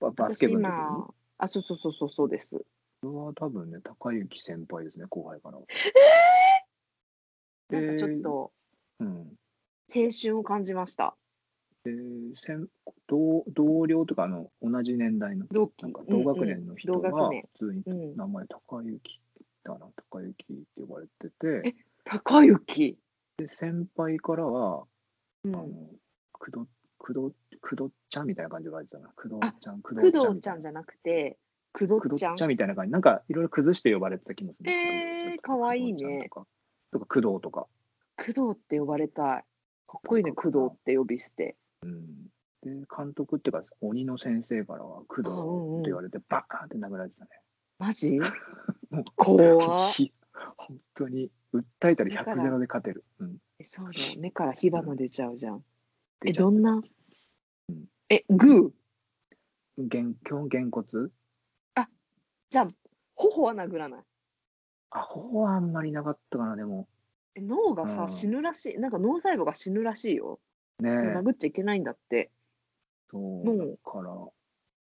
[SPEAKER 1] バ、バスケ部の時
[SPEAKER 2] 私
[SPEAKER 1] に
[SPEAKER 2] 今あ、そうそうそうそうそうです。
[SPEAKER 1] 僕は多分ね、高之先輩ですね、後輩かな。
[SPEAKER 2] なんかちょっと
[SPEAKER 1] うん。
[SPEAKER 2] 青春を感じました。
[SPEAKER 1] で、先同同僚とか、あの、同じ年代の、
[SPEAKER 2] 同期
[SPEAKER 1] なんか同学年の人
[SPEAKER 2] うんうん同
[SPEAKER 1] が
[SPEAKER 2] 学年、
[SPEAKER 1] 普通に
[SPEAKER 2] うん、
[SPEAKER 1] 名前高之だな、高之って呼ばれてて、
[SPEAKER 2] 高雪。
[SPEAKER 1] で、先輩からは、あ
[SPEAKER 2] う
[SPEAKER 1] の
[SPEAKER 2] ん、、
[SPEAKER 1] くど、くど、くどちゃんみたいな感じで言われてたな。くどちゃん、く
[SPEAKER 2] 工
[SPEAKER 1] どちゃん
[SPEAKER 2] 藤
[SPEAKER 1] み
[SPEAKER 2] ち
[SPEAKER 1] たい
[SPEAKER 2] ゃ
[SPEAKER 1] な。
[SPEAKER 2] んじゃなくて、工
[SPEAKER 1] くど
[SPEAKER 2] 藤
[SPEAKER 1] っ
[SPEAKER 2] ち
[SPEAKER 1] ち
[SPEAKER 2] ゃん。
[SPEAKER 1] ゃんみたいな感じ、なんかいろいろ崩して呼ばれてた気もする。
[SPEAKER 2] え
[SPEAKER 1] 工藤
[SPEAKER 2] ー
[SPEAKER 1] ちゃんと
[SPEAKER 2] かわいいね
[SPEAKER 1] 工藤ちゃんとか、とか工藤とか。
[SPEAKER 2] 工藤って呼ばれたい。かっこいいね、
[SPEAKER 1] か
[SPEAKER 2] 工
[SPEAKER 1] っこいいな
[SPEAKER 2] 藤って呼び捨て。
[SPEAKER 1] うん。で、監督っていうか、鬼の先生からは、工藤
[SPEAKER 2] あうんうん
[SPEAKER 1] って言われて、バーンって殴られてたね。
[SPEAKER 2] マジ
[SPEAKER 1] もう
[SPEAKER 2] 怖っ
[SPEAKER 1] ひ本当に、訴えたら
[SPEAKER 2] だか
[SPEAKER 1] 100
[SPEAKER 2] ら
[SPEAKER 1] ゼロで勝てる。うん。
[SPEAKER 2] えそうだよ目から火花出ちゃうじゃん。え
[SPEAKER 1] 出ちゃ
[SPEAKER 2] ど
[SPEAKER 1] うん
[SPEAKER 2] な
[SPEAKER 1] うん
[SPEAKER 2] えグー
[SPEAKER 1] げん基本、げんこつ
[SPEAKER 2] じゃあ頬は殴らない。
[SPEAKER 1] あ、頬はあんまりなかったかな、でも。
[SPEAKER 2] え脳がさ、
[SPEAKER 1] うん
[SPEAKER 2] 死ぬらしいなんか脳細胞が死ぬらしいよ。
[SPEAKER 1] ねえ。
[SPEAKER 2] 殴っちゃいけないんだって
[SPEAKER 1] そう、
[SPEAKER 2] も
[SPEAKER 1] だ
[SPEAKER 2] う
[SPEAKER 1] から、
[SPEAKER 2] も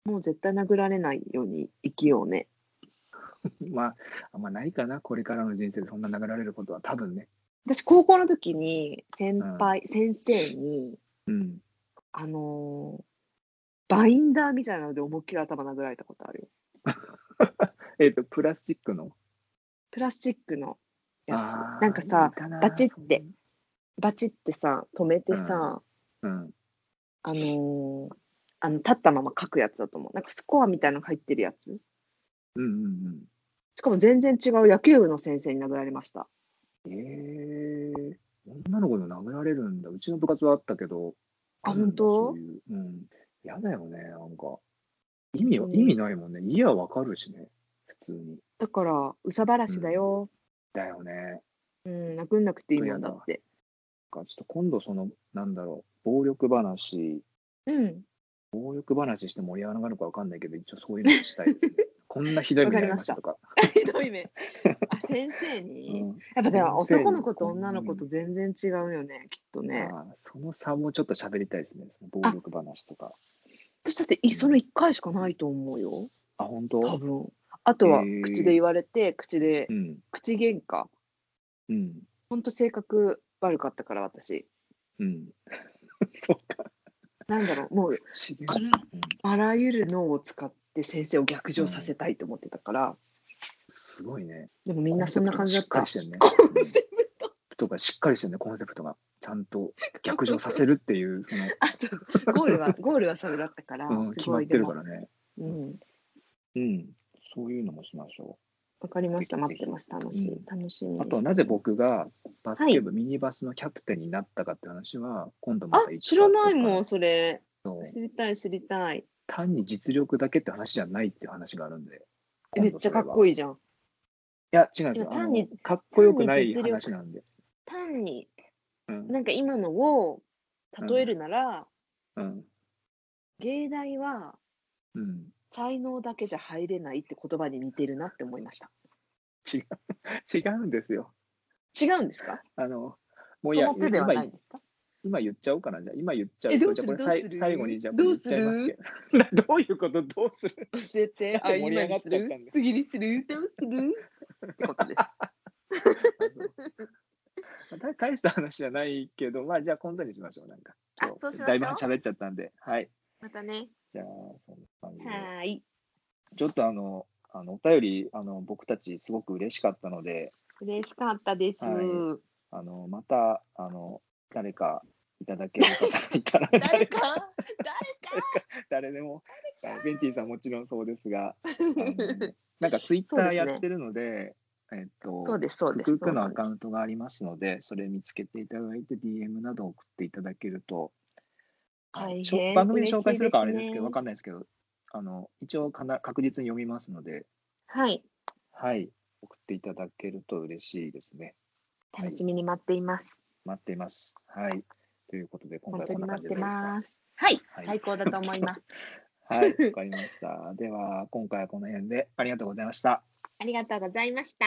[SPEAKER 2] う絶対殴られないように生きようね。
[SPEAKER 1] まあ、あんまないかな、これからの人生でそんな殴られることは、多分ね。
[SPEAKER 2] 私高校の時に先輩、先生に
[SPEAKER 1] うん。
[SPEAKER 2] あのーバインダーみたいなので思いっきり頭殴られたことあるよ。
[SPEAKER 1] えっ、と、プラスチックの
[SPEAKER 2] プラスチックのやつ
[SPEAKER 1] あー
[SPEAKER 2] なんかさ、
[SPEAKER 1] いいな
[SPEAKER 2] バチって。バチってさ止めてさ、
[SPEAKER 1] うん。
[SPEAKER 2] あのーあの立ったまま書くやつだと思うなんかスコアみたいなの入ってるやつ
[SPEAKER 1] うんうん
[SPEAKER 2] しかも全然違う野球部の先生に殴られました
[SPEAKER 1] うん。えー、女の子でも殴られるんだ。うちの部活はあったけど、
[SPEAKER 2] あ
[SPEAKER 1] るんだ
[SPEAKER 2] 本当
[SPEAKER 1] そういううん。嫌だよね、なんか。意味は、
[SPEAKER 2] うん
[SPEAKER 1] 意味ないもんね。家はわかるしね、普通に。
[SPEAKER 2] だから憂さ晴らしだよ、
[SPEAKER 1] だよね。
[SPEAKER 2] うん、殴んなくていいもんだって
[SPEAKER 1] なんかちょっと今度、その、なんだろう、暴力話、
[SPEAKER 2] うん
[SPEAKER 1] 暴力話して盛り上がるかわかんないけど、一応そういうのしたいです ね。こんなひどい目に遭いましたとか。
[SPEAKER 2] ひどい目あ先生 に、
[SPEAKER 1] うん
[SPEAKER 2] やっぱでも
[SPEAKER 1] 先生に
[SPEAKER 2] 男の子と女の子と全然違うよねきっとね
[SPEAKER 1] あーその差もちょっと喋りたいですね。その暴力話とか。
[SPEAKER 2] 私だっていその1回しかないと思うよ
[SPEAKER 1] あ、本当
[SPEAKER 2] 多分あとは
[SPEAKER 1] へー
[SPEAKER 2] 口で言われて口で
[SPEAKER 1] うん。
[SPEAKER 2] 口喧嘩
[SPEAKER 1] うん。
[SPEAKER 2] ほんと性格悪かったから私
[SPEAKER 1] うん。そうか。
[SPEAKER 2] なんだろうもう
[SPEAKER 1] 違う
[SPEAKER 2] あ
[SPEAKER 1] うん
[SPEAKER 2] あらゆる脳を使って先生を逆上させたいと思ってたから、
[SPEAKER 1] すごいね。
[SPEAKER 2] でもみんなそんな感じだっ
[SPEAKER 1] コン
[SPEAKER 2] た。
[SPEAKER 1] セプト
[SPEAKER 2] コ
[SPEAKER 1] がしっかりしてるね。とか、しっかりしてる
[SPEAKER 2] ンセプト
[SPEAKER 1] ね、コンセプトが。ちゃん と逆上させるっていう、そ
[SPEAKER 2] あそうゴールはゴールはそれだったから、
[SPEAKER 1] の、うん、
[SPEAKER 2] す
[SPEAKER 1] 決ま
[SPEAKER 2] ご
[SPEAKER 1] っ
[SPEAKER 2] い
[SPEAKER 1] て
[SPEAKER 2] で
[SPEAKER 1] る
[SPEAKER 2] も
[SPEAKER 1] か、らね。
[SPEAKER 2] うん、
[SPEAKER 1] うん。そういうのもしましょ
[SPEAKER 2] わかりました
[SPEAKER 1] ぜひぜひ
[SPEAKER 2] 待ってます楽しい、
[SPEAKER 1] うん
[SPEAKER 2] 楽しみ
[SPEAKER 1] う。
[SPEAKER 2] に
[SPEAKER 1] あとは、なぜ僕がバスケ部、
[SPEAKER 2] は
[SPEAKER 1] ミニバスのキャプテンになったかって話は、今度ま
[SPEAKER 2] あ
[SPEAKER 1] た一
[SPEAKER 2] 知
[SPEAKER 1] 度
[SPEAKER 2] ら
[SPEAKER 1] 後から
[SPEAKER 2] ないもんそれ
[SPEAKER 1] そう
[SPEAKER 2] 知りたい知りたい
[SPEAKER 1] 単に実力だけって話じゃないっていう話があるんで。
[SPEAKER 2] えめっちゃかっこ
[SPEAKER 1] いい。い
[SPEAKER 2] いいじゃん
[SPEAKER 1] や、違うんですよ。
[SPEAKER 2] いや単に
[SPEAKER 1] あのかっこよくない話なんで。
[SPEAKER 2] 単に
[SPEAKER 1] うん。
[SPEAKER 2] なんか今のを例えるなら、
[SPEAKER 1] うん。
[SPEAKER 2] 芸大は
[SPEAKER 1] うん。
[SPEAKER 2] 才能だけじゃ入れないって言葉に似てるなって思いました
[SPEAKER 1] 違うんですよ。
[SPEAKER 2] 違うんですか
[SPEAKER 1] あの、も
[SPEAKER 2] そう
[SPEAKER 1] いや、
[SPEAKER 2] の手で
[SPEAKER 1] 今
[SPEAKER 2] はないんですか
[SPEAKER 1] 今言っちゃおうかな。じゃあ、今言っちゃう
[SPEAKER 2] えど
[SPEAKER 1] と、じ
[SPEAKER 2] うす
[SPEAKER 1] ゃ
[SPEAKER 2] る
[SPEAKER 1] あこれ
[SPEAKER 2] どうす
[SPEAKER 1] 最
[SPEAKER 2] る
[SPEAKER 1] 最後に、じゃあ、
[SPEAKER 2] ど
[SPEAKER 1] 言
[SPEAKER 2] う
[SPEAKER 1] っ
[SPEAKER 2] す
[SPEAKER 1] ちゃい
[SPEAKER 2] る
[SPEAKER 1] ますけ ど。どういうことどうする
[SPEAKER 2] 教えて、
[SPEAKER 1] なん
[SPEAKER 2] あ、
[SPEAKER 1] で盛り
[SPEAKER 2] 今
[SPEAKER 1] 上が
[SPEAKER 2] に
[SPEAKER 1] っ
[SPEAKER 2] す
[SPEAKER 1] ちゃった
[SPEAKER 2] る
[SPEAKER 1] んだ
[SPEAKER 2] すぎにするどうするってことです。
[SPEAKER 1] 大 大した話じゃないけど、まあ、じゃあ、今度にしましょう。なんか。
[SPEAKER 2] あそうしましょう
[SPEAKER 1] だいぶ喋っちゃったんで。はい。
[SPEAKER 2] またね。
[SPEAKER 1] じゃあ、そんな感じで。
[SPEAKER 2] はーい。
[SPEAKER 1] ちょっとあの、あのお便りあの僕たちすごく嬉しかったので
[SPEAKER 2] 嬉しかったです。
[SPEAKER 1] はあのまたあの誰かいただける方がいたら
[SPEAKER 2] 誰か
[SPEAKER 1] 誰でもあのベンティさんもちろんそうです があ
[SPEAKER 2] 誰
[SPEAKER 1] の
[SPEAKER 2] か
[SPEAKER 1] なんかツイッ
[SPEAKER 2] そう
[SPEAKER 1] ター
[SPEAKER 2] ですね
[SPEAKER 1] やってるのでえっと
[SPEAKER 2] そうです、そう
[SPEAKER 1] ク
[SPEAKER 2] で
[SPEAKER 1] ク
[SPEAKER 2] す。
[SPEAKER 1] ックのア
[SPEAKER 2] そうです
[SPEAKER 1] カウントがありますのでそれ見つけていただいて DM など送っていただけるとはい
[SPEAKER 2] 大変
[SPEAKER 1] しょ番組で紹介するかあれですけ
[SPEAKER 2] 嬉しいです
[SPEAKER 1] ど
[SPEAKER 2] ね
[SPEAKER 1] わかんないですけどあの一応かな確実に読みますので
[SPEAKER 2] はい。
[SPEAKER 1] はい送っていただけると嬉しいですね。
[SPEAKER 2] 楽しみに待っています。
[SPEAKER 1] 待っています。はい。ということで、今
[SPEAKER 2] 本
[SPEAKER 1] 回は
[SPEAKER 2] 当
[SPEAKER 1] こん
[SPEAKER 2] に
[SPEAKER 1] な感じ
[SPEAKER 2] 待って
[SPEAKER 1] でどうですか。
[SPEAKER 2] ます。はい
[SPEAKER 1] は。い
[SPEAKER 2] 最高だと思 います。
[SPEAKER 1] はい、わかりました。では、今回はこの辺でありがとうございました。
[SPEAKER 2] ありがとうございました。